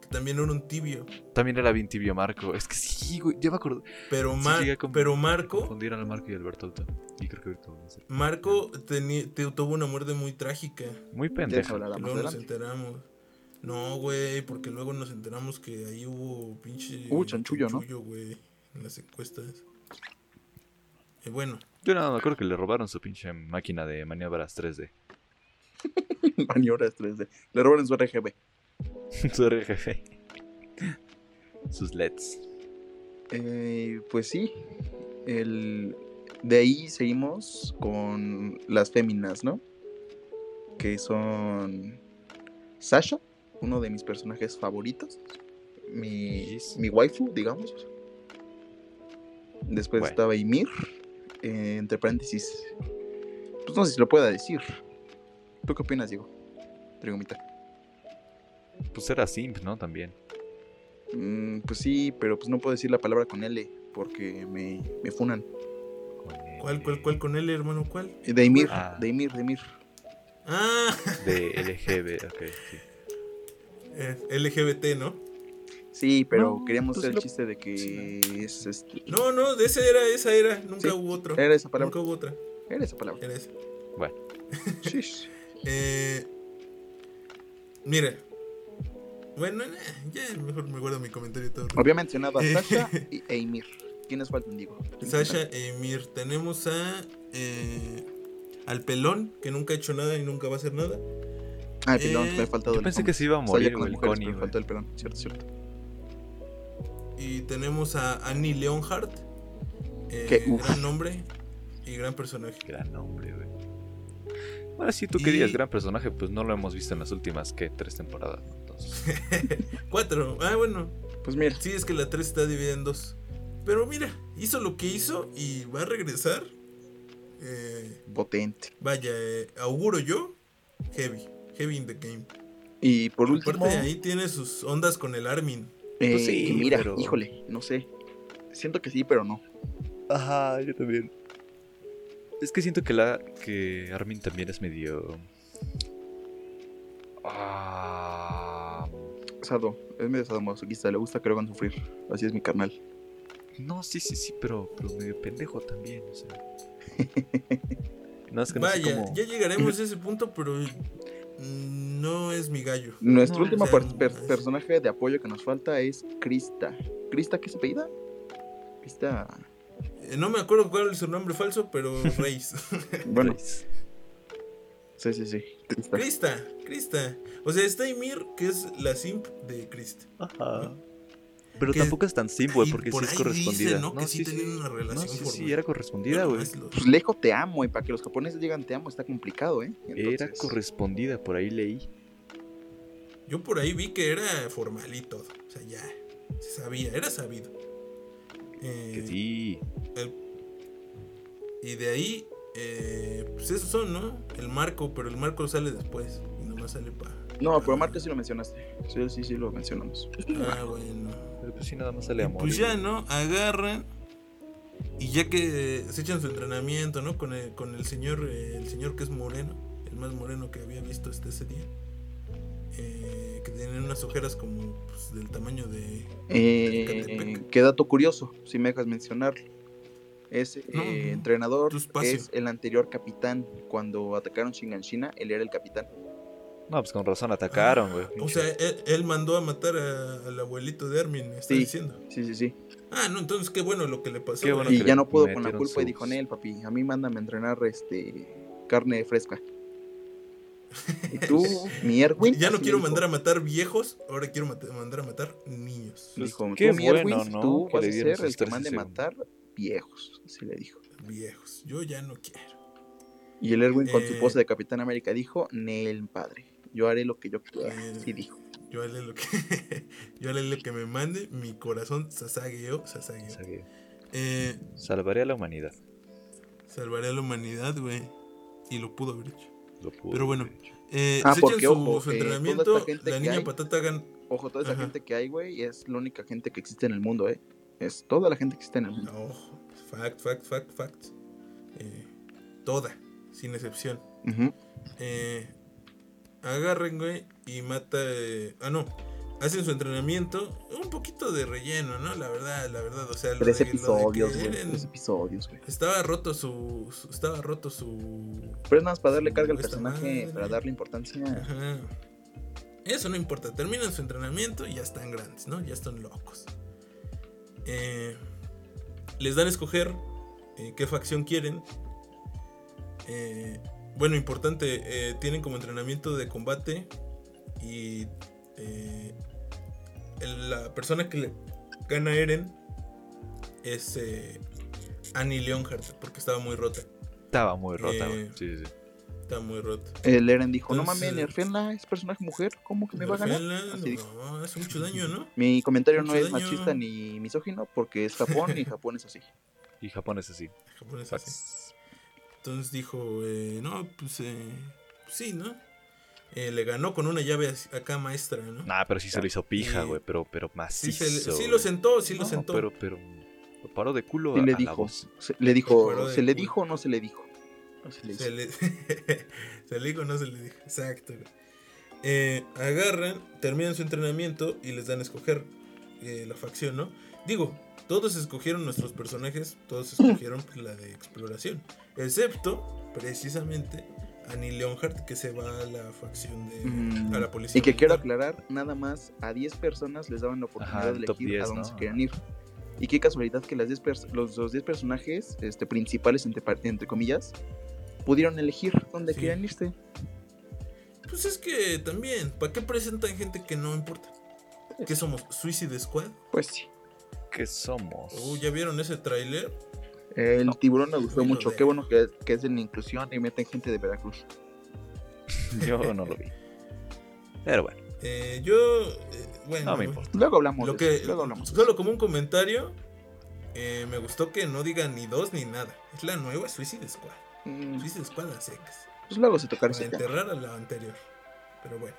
Speaker 2: Que también era un tibio.
Speaker 4: También era bien tibio Marco. Es que sí, güey, ya me acordé.
Speaker 2: Pero,
Speaker 4: Sí,
Speaker 2: Mar-
Speaker 4: llegué a conf-
Speaker 2: pero Marco
Speaker 4: Confundieron al Marco y al Bertolta. Y creo que ahorita van a ser.
Speaker 2: Marco teni- te- tuvo una muerte muy trágica.
Speaker 4: Muy
Speaker 3: Ya eso
Speaker 4: pendejo.
Speaker 2: que
Speaker 3: hablará más
Speaker 2: luego nos
Speaker 3: adelante.
Speaker 2: enteramos. No, güey, porque luego nos enteramos que ahí hubo pinche.
Speaker 3: Hubo chanchullo, ¿no?
Speaker 2: güey, en las encuestas. Y bueno,
Speaker 4: Yo nada, me acuerdo que le robaron su pinche máquina de maniobras 3D.
Speaker 3: Maniobras 3D. Le roban su RGB.
Speaker 4: su RGB. sus E LEDs.
Speaker 3: Eh, pues sí. El... De ahí seguimos con las féminas, ¿no? Que son Sasha, uno de mis personajes favoritos. Mi,
Speaker 4: Yes.
Speaker 3: mi waifu, digamos. Después
Speaker 4: Bueno.
Speaker 3: estaba Ymir, eh, entre paréntesis. Pues no sé si lo pueda decir. ¿Tú qué opinas, Diego? Trigomita.
Speaker 4: Pues era simp, ¿no? También.
Speaker 3: Mm, pues sí, pero pues no puedo decir la palabra con L porque me, me funan.
Speaker 4: Con el-
Speaker 2: ¿Cuál, cuál, cuál con él, hermano? ¿Cuál?
Speaker 3: Eh, Daimir,
Speaker 4: Ah.
Speaker 3: Daimir, Daimir.
Speaker 2: Ah,
Speaker 4: De LGB, ok, sí.
Speaker 2: eh, LGBT, ¿no?
Speaker 3: Sí, pero
Speaker 4: No,
Speaker 3: queríamos
Speaker 4: tú
Speaker 3: hacer
Speaker 4: sí
Speaker 3: el
Speaker 4: lo-
Speaker 3: chiste de que es este.
Speaker 2: pues No, no, de esa era, esa era. Nunca
Speaker 3: Sí,
Speaker 2: hubo otra.
Speaker 3: Era esa palabra.
Speaker 2: Nunca hubo otra.
Speaker 3: Era esa palabra.
Speaker 2: Era esa.
Speaker 3: Shish.
Speaker 2: Eh, mira. Bueno, nah, ya mejor me guardo mi comentario y todo.
Speaker 3: Había mencionado a
Speaker 2: Eh.
Speaker 3: Sasha y e Ymir. ¿Quiénes faltan, Diego?
Speaker 2: Sasha e Mir. Tenemos a. eh, al pelón, que nunca ha hecho nada y nunca va a hacer nada.
Speaker 3: Ah, el pelón,
Speaker 2: Eh,
Speaker 3: me ha faltado
Speaker 4: Yo
Speaker 3: el
Speaker 4: pensé
Speaker 3: hombre.
Speaker 4: que se iba a
Speaker 3: O sea, ya
Speaker 4: morir,
Speaker 3: con
Speaker 4: güey, el
Speaker 3: mujeres,
Speaker 4: Connie,
Speaker 3: pero
Speaker 4: güey.
Speaker 3: faltó el pelón, cierto, cierto.
Speaker 2: Y tenemos a Annie Leonhardt. eh,
Speaker 3: Que, uf.
Speaker 2: gran nombre y gran personaje.
Speaker 4: Gran hombre, güey. Ahora sí, tú querías
Speaker 2: Y-
Speaker 4: gran personaje, pues no lo hemos visto en las últimas, ¿qué? Tres temporadas, ¿no? Entonces,
Speaker 2: Cuatro. Ah, bueno.
Speaker 3: Pues mira,
Speaker 2: Sí, es que la 3 está dividida en dos. Pero mira, hizo lo que hizo y va a regresar. Eh,
Speaker 3: potente.
Speaker 2: vaya, eh, auguro yo. Heavy. Heavy in the game.
Speaker 3: Y por último,
Speaker 2: Aparte ahí tiene sus ondas con el Armin.
Speaker 3: eh,
Speaker 4: Pues sí,
Speaker 3: que mira,
Speaker 4: pero-
Speaker 3: híjole, no sé. Siento que sí, pero no.
Speaker 4: Ajá, yo también. Es que siento que la que Armin también es medio. Ah,
Speaker 3: Sado, es medio sadomasoquista, le gusta que lo hagan sufrir. Así es mi carnal.
Speaker 4: no, sí, sí, sí, pero, pero medio pendejo también, o sea. No, es que no sé
Speaker 2: Vaya,
Speaker 4: cómo.
Speaker 2: ya llegaremos a ese punto, pero mm, no es mi gallo.
Speaker 3: Nuestro
Speaker 4: No,
Speaker 3: último
Speaker 2: o sea,
Speaker 3: per- per-
Speaker 2: es-
Speaker 3: personaje de apoyo que nos falta es Krista. ¿Krista qué se pedida? Krista.
Speaker 2: Eh, no me acuerdo cuál es su nombre falso, pero Reis.
Speaker 3: Bueno,
Speaker 4: Pues,
Speaker 3: sí, sí, sí. Krista.
Speaker 2: Krista, Krista. O sea, está Ymir, que es la simp de Krista.
Speaker 4: Ajá. Pero
Speaker 2: Que-
Speaker 4: tampoco es tan simple, güey,
Speaker 2: Y
Speaker 4: porque
Speaker 2: por
Speaker 4: sí es
Speaker 2: ahí
Speaker 4: correspondida.
Speaker 2: dicen, ¿no? que sí, tenían una
Speaker 4: No,
Speaker 2: relación
Speaker 4: sí, sí,
Speaker 2: formal.
Speaker 4: era correspondida, güey.
Speaker 2: Pero no es
Speaker 3: Pues lejos te amo, y para que los japoneses digan te amo está complicado, ¿eh?
Speaker 4: Era
Speaker 3: Entonces,
Speaker 4: correspondida, por ahí leí.
Speaker 2: lo- Yo por ahí vi que era formal y todo. O sea, ya. Se sabía, era sabido. Eh,
Speaker 4: Que sí.
Speaker 2: Y de ahí, eh, pues esos son, ¿no? El marco, pero el marco sale después. Y nomás sale para.
Speaker 3: No, pero Marco sí lo mencionaste. Sí, sí, sí, lo mencionamos.
Speaker 2: Ah, bueno.
Speaker 4: Pero pues sí, nada más sale a
Speaker 2: Y
Speaker 4: morir.
Speaker 2: Pues ya, ¿no? Agarran. Y ya que se echan su entrenamiento, ¿no? Con el, con el señor, eh, el señor que es moreno, el más moreno que había visto este ese día. Eh, que tienen unas ojeras como pues, del tamaño de. ah,
Speaker 3: Eh, qué dato curioso, si me dejas mencionar. Ese eh,
Speaker 2: No, no,
Speaker 3: entrenador
Speaker 2: tu espacio.
Speaker 3: es el anterior capitán. Cuando atacaron Shinganshina, él era el capitán.
Speaker 4: No, pues con razón atacaron, güey.
Speaker 2: Ah, O sea, él, él mandó a matar a- al abuelito de Armin, me está
Speaker 3: Sí.
Speaker 2: diciendo.
Speaker 3: Sí, sí, sí.
Speaker 2: Ah, no, entonces qué bueno lo que le pasó.
Speaker 4: Qué
Speaker 2: güey.
Speaker 4: bueno
Speaker 3: Y
Speaker 4: que
Speaker 3: ya
Speaker 4: le
Speaker 3: no pudo con la
Speaker 4: metieron
Speaker 3: culpa y
Speaker 4: sus-
Speaker 3: dijo, Nel, papi, a mí mándame a entrenar este carne fresca. Y tú, mi Erwin.
Speaker 2: ya no
Speaker 3: así
Speaker 2: quiero
Speaker 3: le dijo.
Speaker 2: mandar a matar viejos, ahora quiero mat- mandar a matar niños.
Speaker 3: Le dijo,
Speaker 4: Pues, qué
Speaker 3: tú, mi Erwin,
Speaker 4: bueno, ¿no?
Speaker 3: tú
Speaker 4: que
Speaker 3: vas
Speaker 4: le
Speaker 3: a
Speaker 4: dieron
Speaker 3: ser
Speaker 4: sus
Speaker 3: el que
Speaker 4: 13
Speaker 3: mande
Speaker 4: segundos.
Speaker 3: matar viejos. Así le dijo.
Speaker 2: Viejos, yo ya no quiero.
Speaker 3: Y el Erwin, con
Speaker 2: Eh.
Speaker 3: su pose de Capitán América, dijo, Nel, padre, yo haré lo que yo quiera.
Speaker 2: Eh.
Speaker 3: Sí, dijo.
Speaker 2: Yo haré lo que, yo haré lo que me mande, mi corazón sasagueó,
Speaker 4: O
Speaker 2: sasagueó.
Speaker 4: sea que
Speaker 2: Eh,
Speaker 4: salvaré a la humanidad.
Speaker 2: salvaré a la humanidad, güey. Y lo pudo haber hecho.
Speaker 4: Lo pudo
Speaker 2: Pero bueno,
Speaker 4: haber hecho.
Speaker 2: Eh,
Speaker 3: Ah,
Speaker 2: se
Speaker 3: porque,
Speaker 2: echan su,
Speaker 3: ojo,
Speaker 2: su
Speaker 3: eh, toda
Speaker 2: entrenamiento,
Speaker 3: esta gente
Speaker 2: la
Speaker 3: que
Speaker 2: niña
Speaker 3: hay-
Speaker 2: patata gan-
Speaker 3: Ojo, toda esa
Speaker 2: Ajá.
Speaker 3: gente que hay, güey, es la única gente que existe en el mundo, ¿eh? Es toda la gente que existe en el mundo.
Speaker 2: No, fact, fact, fact, fact. Eh, toda, sin excepción.
Speaker 3: Ujú.
Speaker 2: Eh, agarren, güey, y mata. eh, ah, no. Hacen su entrenamiento. Un poquito de relleno, ¿no? La verdad, la verdad. O sea, lo
Speaker 3: Tres
Speaker 2: de- lo de que
Speaker 3: episodios, güey.
Speaker 2: eran-
Speaker 3: Tres episodios, güey.
Speaker 2: Estaba roto su, su- Estaba roto su.
Speaker 3: Pero es nada más para darle carga al
Speaker 2: Esta
Speaker 3: personaje,
Speaker 2: madre.
Speaker 3: para darle importancia.
Speaker 2: Ajá. Eso no importa. Terminan su entrenamiento y ya están grandes, ¿no? Ya están locos. Eh, les dan a escoger eh, qué facción quieren. Eh, bueno, importante, eh, tienen como entrenamiento de combate y eh, el- la persona que le, Gana Eren es eh, Annie Leonhardt, porque estaba muy rota.
Speaker 4: Estaba muy rota, güey.
Speaker 2: Eh,
Speaker 4: Sí, sí, sí.
Speaker 2: Estaba muy rota.
Speaker 3: El Eren dijo, no
Speaker 2: Entonces-
Speaker 3: mames, Nerfenla es personaje mujer, ¿cómo que me va a ganar? Ah,
Speaker 2: Nerfearla,
Speaker 3: Así dijo.
Speaker 2: no, hace mucho daño, ¿no?
Speaker 3: Mi comentario no
Speaker 2: Mucho
Speaker 3: es
Speaker 2: daño.
Speaker 3: machista ni misógino porque es Japón y Japón es así.
Speaker 4: Y Japón es así.
Speaker 2: El japonés así.
Speaker 4: Facts.
Speaker 2: Entonces dijo, eh, no, pues eh, sí, ¿no? Eh, le ganó con una llave así- acá maestra, ¿no?
Speaker 4: Nah, pero sí se lo hizo pija,
Speaker 2: Y-
Speaker 4: güey. Pero, pero
Speaker 2: Eh, sí,
Speaker 4: macizo.
Speaker 2: se le- sí
Speaker 4: güey.
Speaker 2: lo sentó, sí lo
Speaker 4: No,
Speaker 2: sentó.
Speaker 4: Pero, pero. Lo paró de culo
Speaker 3: Sí
Speaker 4: a, a
Speaker 3: le
Speaker 4: la
Speaker 3: dijo.
Speaker 4: voz.
Speaker 3: Se- le dijo,
Speaker 2: Fuera de
Speaker 3: ¿se le
Speaker 2: culo.
Speaker 3: dijo o no se le dijo? No se le
Speaker 2: Se
Speaker 3: dijo.
Speaker 2: le, se le dijo, no se le dijo. Exacto. güey. Eh, agarran, terminan su entrenamiento y les dan a escoger eh, la facción, ¿no? Digo, todos escogieron nuestros personajes, todos escogieron pues, la de exploración. Excepto, precisamente, Annie Leonhardt, que se va a la facción de.
Speaker 3: Mm,
Speaker 2: a la policía.
Speaker 3: Y que quiero
Speaker 2: militar.
Speaker 3: aclarar, nada más a 10 personas les daban la oportunidad
Speaker 4: Ajá,
Speaker 3: de
Speaker 4: el top
Speaker 3: elegir
Speaker 4: 10,
Speaker 3: a dónde
Speaker 4: ¿no?
Speaker 3: se querían ir. Y qué casualidad que las 10 pers- los, los 10 personajes este, principales, entre, par- entre comillas, pudieron elegir dónde
Speaker 2: Sí.
Speaker 3: querían irse.
Speaker 2: Pues es que también, ¿para qué presentan gente que no importa? ¿Qué somos? ¿Suicide Squad?
Speaker 3: Pues sí.
Speaker 4: ¿Qué somos?
Speaker 2: Oh, ¿Ya vieron ese tráiler?
Speaker 3: El tiburón me gustó
Speaker 2: Sí, lo
Speaker 3: mucho.
Speaker 2: de-
Speaker 3: Qué bueno que, que es en inclusión y meten gente de Veracruz.
Speaker 4: Yo no lo vi. Pero bueno,
Speaker 2: Eh, yo. eh, bueno.
Speaker 4: no me
Speaker 2: güey.
Speaker 4: importa.
Speaker 3: Luego hablamos.
Speaker 2: Lo
Speaker 3: de eso,
Speaker 2: que,
Speaker 3: Luego hablamos. de
Speaker 2: solo como un comentario, eh, me gustó que no digan ni dos ni nada. Es la nueva Suicide Squad.
Speaker 3: eso. Mm,
Speaker 2: Suicide Squad a secas.
Speaker 3: Pues luego se tocará
Speaker 2: Para
Speaker 3: ese tema.
Speaker 2: enterrar a la anterior. Pero bueno.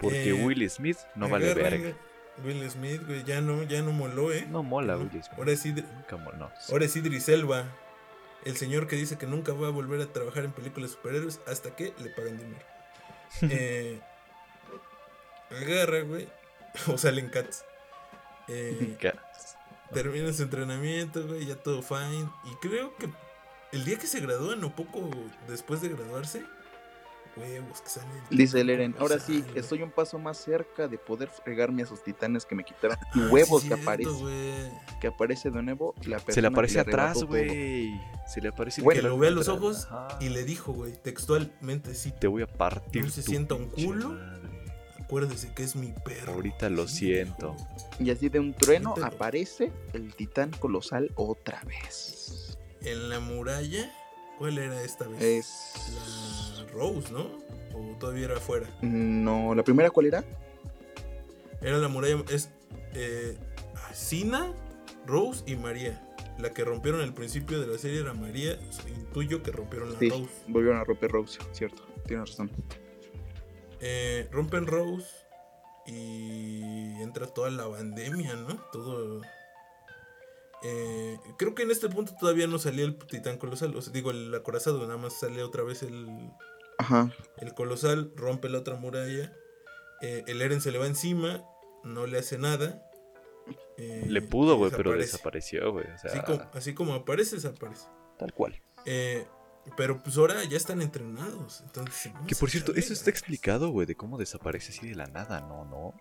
Speaker 4: Porque
Speaker 2: Eh,
Speaker 4: Will Smith no vale
Speaker 2: Agarran
Speaker 4: verga.
Speaker 2: Will Smith, güey, ya no, ya no moló, eh.
Speaker 4: No mola Will Smith.
Speaker 2: Ahora es, Idri-
Speaker 4: Nunca mo- no.
Speaker 2: ahora es Idris Elba. El señor que dice que nunca va a volver a trabajar en películas de superhéroes hasta que le paguen dinero. Eh, agarra, güey. O salen cats. Eh,
Speaker 4: Cats.
Speaker 2: Termina su entrenamiento, güey, ya todo fine. Y creo que el día que se gradúan o poco después de graduarse, huevos que salen.
Speaker 3: Dice el Eren, ahora sí,
Speaker 2: Salen,
Speaker 3: estoy un paso más cerca de poder fregarme a esos titanes que me quitaron.
Speaker 2: güey.
Speaker 3: Y
Speaker 2: Ah, sí es
Speaker 3: huevos que
Speaker 2: cierto,
Speaker 3: aparece,
Speaker 2: güey.
Speaker 3: que aparece de nuevo la persona
Speaker 4: Se le aparece
Speaker 3: que arrebató
Speaker 4: atrás,
Speaker 3: todo.
Speaker 4: güey. Se le aparece
Speaker 3: Bueno,
Speaker 2: que lo
Speaker 4: literalmente
Speaker 2: vea a los
Speaker 4: atrás.
Speaker 2: ojos
Speaker 4: Ajá.
Speaker 2: Y le dijo, güey, textualmente, sí,
Speaker 4: Te voy a partir.
Speaker 2: No se
Speaker 4: tu
Speaker 2: sienta un
Speaker 4: pinche
Speaker 2: culo.
Speaker 4: madre.
Speaker 2: acuérdese que es mi perro.
Speaker 4: Ahorita lo
Speaker 2: Sí,
Speaker 4: siento.
Speaker 2: dijo, güey.
Speaker 3: Y así de un trueno
Speaker 2: Pero-
Speaker 3: aparece el titán colosal otra vez.
Speaker 2: En la muralla, ¿cuál era esta vez?
Speaker 3: Eh. Es...
Speaker 2: La Rose, ¿no? O todavía era afuera.
Speaker 3: No, la primera cuál era?
Speaker 2: Era la muralla. Es. Eh, Sina, Rose y María. La que rompieron al principio de la serie era María. Intuyo que rompieron la
Speaker 3: Sí,
Speaker 2: Rose.
Speaker 3: volvieron a romper Rose, cierto, tienes razón.
Speaker 2: Eh, rompen Rose. Y entra toda la pandemia, ¿no? Todo. Eh, creo que en este punto todavía no salía el titán colosal. O sea, digo, el acorazado. Nada más sale otra vez el,
Speaker 3: Ajá,
Speaker 2: El colosal rompe la otra muralla. eh, el Eren se le va encima. No le hace nada. eh,
Speaker 4: Le pudo,
Speaker 2: y
Speaker 4: güey, pero
Speaker 2: desaparece.
Speaker 4: desapareció, güey. O sea,
Speaker 2: Así como, así como aparece, desaparece.
Speaker 4: tal cual.
Speaker 2: Eh, pero pues ahora ya están entrenados. Entonces, vamos
Speaker 4: Que por
Speaker 2: a
Speaker 4: cierto,
Speaker 2: echarle
Speaker 4: eso está
Speaker 2: ganas.
Speaker 4: explicado, güey, de cómo desaparece así de la nada, ¿no? No.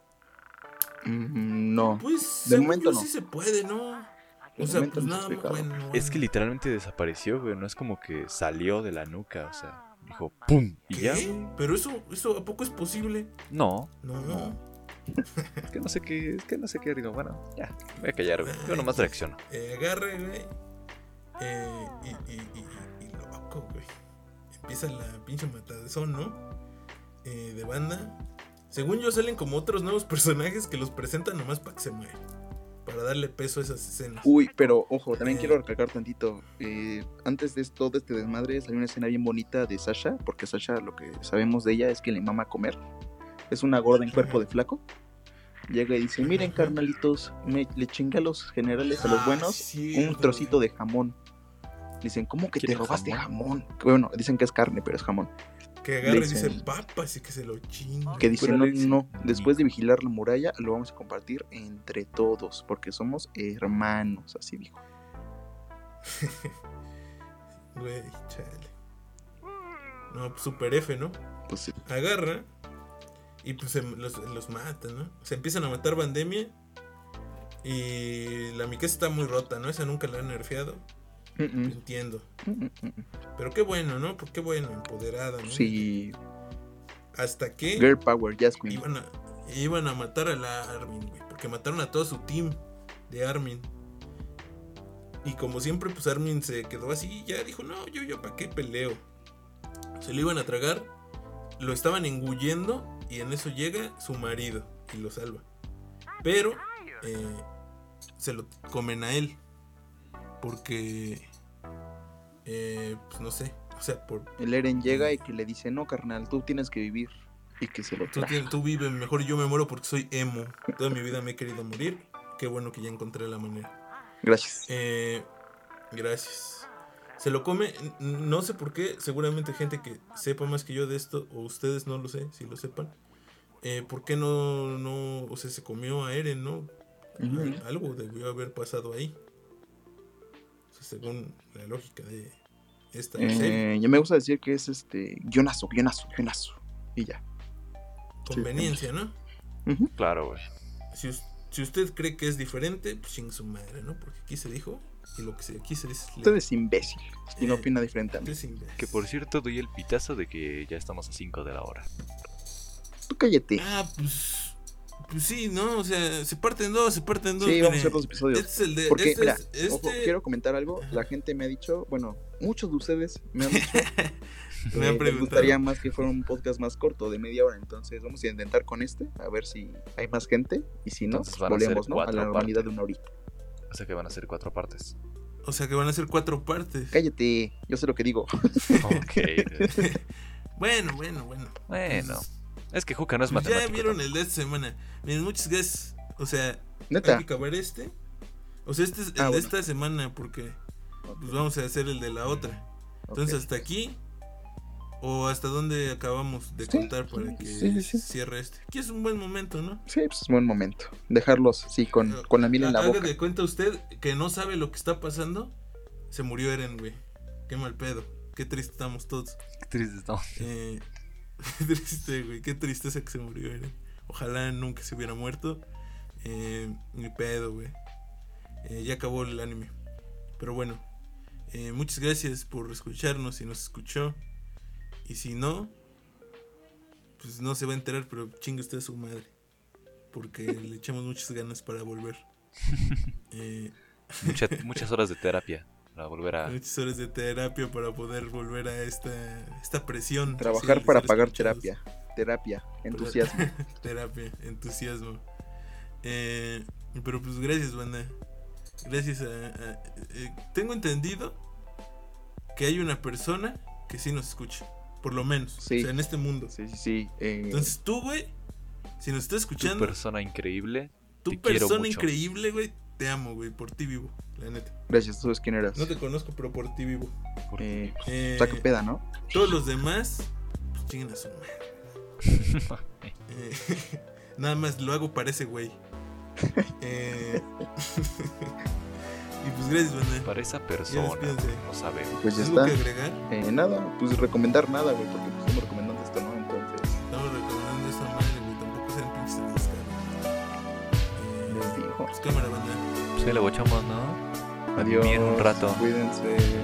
Speaker 3: Mm, no.
Speaker 2: Pues
Speaker 3: De
Speaker 2: de
Speaker 3: momento
Speaker 2: momento
Speaker 3: no.
Speaker 2: sí se puede, ¿no?
Speaker 3: De
Speaker 2: O sea,
Speaker 3: momento
Speaker 2: pues
Speaker 3: no
Speaker 2: nada,
Speaker 3: está explicado.
Speaker 2: bueno,
Speaker 4: Es que literalmente desapareció, güey. No es como que salió de la nuca, o sea, dijo ¡pum!
Speaker 2: ¿qué?
Speaker 4: Y ya. güey.
Speaker 2: Pero eso, eso ¿a poco es posible?
Speaker 4: No,
Speaker 2: No, no.
Speaker 4: es que no sé qué, es que no sé qué, digo, bueno, ya, voy a callar, güey. Yo nomás reacciono.
Speaker 2: Eh, agarre, güey. eh, y, y, y- y- y loco, güey. Empieza la pinche matadezón, ¿no? Eh, de banda. Según yo, salen como otros nuevos personajes que los presentan nomás para que se mueran. Para darle peso a esas escenas.
Speaker 3: Uy, pero ojo, también
Speaker 2: Eh.
Speaker 3: quiero recalcar tantito. eh, antes de esto, de este desmadre, salió una escena bien bonita de Sasha, porque Sasha lo que sabemos de ella es que le mama comer. Es una gorda en cuerpo de flaco. Llega y dice, miren carnalitos, me, le chingué a los generales, a los
Speaker 2: Ah,
Speaker 3: buenos, un trocito de jamón. Dicen, ¿cómo que te
Speaker 4: ¿Quieren
Speaker 3: robaste jamón? Bueno, dicen que es carne, pero es jamón.
Speaker 2: Que agarre y dice
Speaker 3: dicen-
Speaker 2: papas y que se lo chinga.
Speaker 3: Que dicen, no,
Speaker 4: Órale,
Speaker 3: no, no,
Speaker 4: dice,
Speaker 3: después de vigilar la muralla, lo vamos a compartir entre todos, porque somos hermanos, así dijo.
Speaker 2: Güey, chale. No, pues, super F, ¿no?
Speaker 3: Pues sí.
Speaker 2: agarra y pues se- los, los mata, ¿no? Se empiezan a matar Bandemia y la Mikasa está muy rota, ¿no? Esa nunca la han nerfeado,
Speaker 3: Mm, mm,
Speaker 2: entiendo.
Speaker 3: mm, mm, mm.
Speaker 2: Pero qué bueno, ¿no? Porque qué bueno, empoderada, ¿no?
Speaker 3: Sí,
Speaker 2: Hasta que
Speaker 3: Girl Power, Jazz Queen.
Speaker 2: iban a, iban a matar a la Armin, güey, porque mataron a todo su team. de Armin. Y como siempre, pues Armin se quedó así y ya dijo, no, yo, yo, ¿para qué peleo? Se lo iban a tragar, lo estaban engullendo y en eso llega su marido y lo salva. Pero eh, se lo comen a él. Porque, eh, pues no sé, o sea, por,
Speaker 3: El Eren llega y que le dice, no, carnal, tú tienes que vivir. Y que se lo
Speaker 2: Tú,
Speaker 3: traga.
Speaker 2: tien- tú vive mejor, yo me muero porque soy emo. Toda mi vida me he querido morir. Qué bueno que ya encontré la manera.
Speaker 3: Gracias.
Speaker 2: Eh, gracias. Se lo come, n- no sé por qué, seguramente gente que sepa más que yo de esto, o ustedes no lo sé, si lo sepan. Eh, ¿Por qué no, no, o sea, se comió a Eren, no?
Speaker 3: Ujú.
Speaker 2: Algo debió haber pasado ahí. O sea, según la lógica de esta serie.
Speaker 3: Eh, yo me gusta decir que es este guionazo, guionazo, guionazo. Y ya.
Speaker 2: Conveniencia, ¿no?
Speaker 3: Ujú.
Speaker 4: Claro, güey.
Speaker 2: Si, us- si usted cree que es diferente, pues sin su madre, ¿no? Porque aquí se dijo y lo que se, aquí se dice es ley.
Speaker 3: Usted es imbécil y no
Speaker 2: Eh,
Speaker 3: opina diferente a mí.
Speaker 2: Usted es imbécil.
Speaker 4: Que por cierto, doy el pitazo de que ya estamos a 5 de la hora.
Speaker 3: Tú cállate.
Speaker 2: Ah, pues. Pues sí, ¿no? O sea, se parten dos, se parten dos.
Speaker 3: Sí, vamos a
Speaker 2: mire.
Speaker 3: hacer dos episodios.
Speaker 2: Este es el de.
Speaker 3: Porque,
Speaker 2: este
Speaker 3: mira,
Speaker 2: es- este-
Speaker 3: Ojo, quiero comentar algo. La gente me ha dicho, bueno, muchos de ustedes me han dicho que
Speaker 2: me han
Speaker 3: les
Speaker 2: preguntado.
Speaker 3: gustaría más que fuera un podcast más corto, de media hora. Entonces, vamos a intentar con este, a ver si hay más gente. Y si no,
Speaker 4: Entonces
Speaker 3: pues
Speaker 4: van a ser
Speaker 3: volvemos ¿no? a
Speaker 4: cuatro
Speaker 3: la normalidad
Speaker 4: partes.
Speaker 3: de una horita.
Speaker 4: O sea que van a ser cuatro partes.
Speaker 2: O sea, que van a ser cuatro partes.
Speaker 3: Cállate, yo sé lo que digo.
Speaker 4: Ok.
Speaker 2: Bueno, bueno, bueno.
Speaker 4: bueno.
Speaker 2: Pues,
Speaker 4: Es que Juca no es
Speaker 2: pues ya
Speaker 4: matemático.
Speaker 2: vieron el de esta semana. Miren, muchas gracias. O sea, hay
Speaker 3: Neta.
Speaker 2: que acabar este. O sea, este es el
Speaker 3: Ah,
Speaker 2: de
Speaker 3: bueno.
Speaker 2: esta semana porque pues vamos a hacer el de la otra. Entonces,
Speaker 3: Ok.
Speaker 2: ¿hasta aquí? ¿O hasta dónde acabamos de
Speaker 3: Sí,
Speaker 2: contar para
Speaker 3: sí,
Speaker 2: que
Speaker 3: sí, sí, sí.
Speaker 2: cierre este? Que es un buen momento, ¿no?
Speaker 3: Sí, pues es buen momento. Dejarlos, sí, con, con la miel en la
Speaker 2: Ha-
Speaker 3: boca.
Speaker 2: Haga de cuenta usted que no sabe lo que está pasando. Se murió Eren, güey. Qué mal pedo. Qué triste estamos todos.
Speaker 4: Qué triste estamos.
Speaker 2: Eh, qué triste, güey. Qué tristeza que se murió Eren. Ojalá nunca se hubiera muerto. Eh, ni pedo, güey. Eh, ya acabó el anime. Pero bueno. eh, muchas gracias por escucharnos si nos escuchó. Y si no, pues no se va a enterar, pero chingue usted a su madre. Porque le echamos muchas ganas para volver. Eh,
Speaker 4: Mucha- muchas horas de terapia para volver a.
Speaker 2: muchas horas de terapia para poder volver a esta, esta presión. social
Speaker 3: Trabajar
Speaker 2: de
Speaker 3: para
Speaker 2: ser
Speaker 3: pagar
Speaker 2: escuchados.
Speaker 3: terapia. Terapia, entusiasmo.
Speaker 2: terapia, entusiasmo. Eh, pero pues gracias, banda. Gracias a... a- eh, tengo entendido que hay una persona que sí nos escucha. Por lo menos.
Speaker 3: Sí.
Speaker 2: O sea, en este mundo.
Speaker 3: Sí, sí, sí. eh,
Speaker 2: Entonces tú, güey, si nos estás
Speaker 4: Tu
Speaker 2: escuchando,
Speaker 4: persona increíble.
Speaker 2: tu,
Speaker 4: te quiero
Speaker 2: persona
Speaker 4: mucho.
Speaker 2: increíble, güey, te amo, güey, por ti vivo. La neta.
Speaker 3: gracias, tú sabes quién eras.
Speaker 2: No te conozco, pero por ti vivo.
Speaker 4: Porque
Speaker 3: Eh,
Speaker 2: Eh,
Speaker 3: saca peda, ¿no?
Speaker 2: Todos los demás, pues chinguen a su madre. Eh, nada más lo hago para ese güey. Eh, y pues gracias, banda.
Speaker 4: para esa
Speaker 2: Ya
Speaker 4: persona.
Speaker 2: despídense.
Speaker 4: No sabemos.
Speaker 3: Pues ya
Speaker 2: ¿Algo
Speaker 3: está.
Speaker 2: que agregar?
Speaker 3: Eh, nada, pues recomendar nada, güey, porque pues, estamos recomendando esto, ¿no? Entonces,
Speaker 2: Estamos recomendando esta madre, güey. Tampoco sean pinches
Speaker 3: les
Speaker 2: descaros. Eh,
Speaker 3: digo.
Speaker 2: pues cámara, banda.
Speaker 4: Pues ahí la bochamos, ¿no?
Speaker 3: Adiós.
Speaker 4: Miren un rato.
Speaker 3: Cuídense.
Speaker 2: Eh,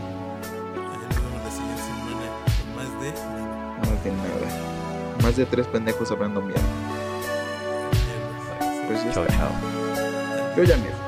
Speaker 2: nos vemos la siguiente semana con más de.
Speaker 3: No tiene nada. Más de tres pendejos hablando mierda. Pues ya
Speaker 4: Chao,
Speaker 3: está.
Speaker 4: chao.
Speaker 3: Pues, Yo ya mierda.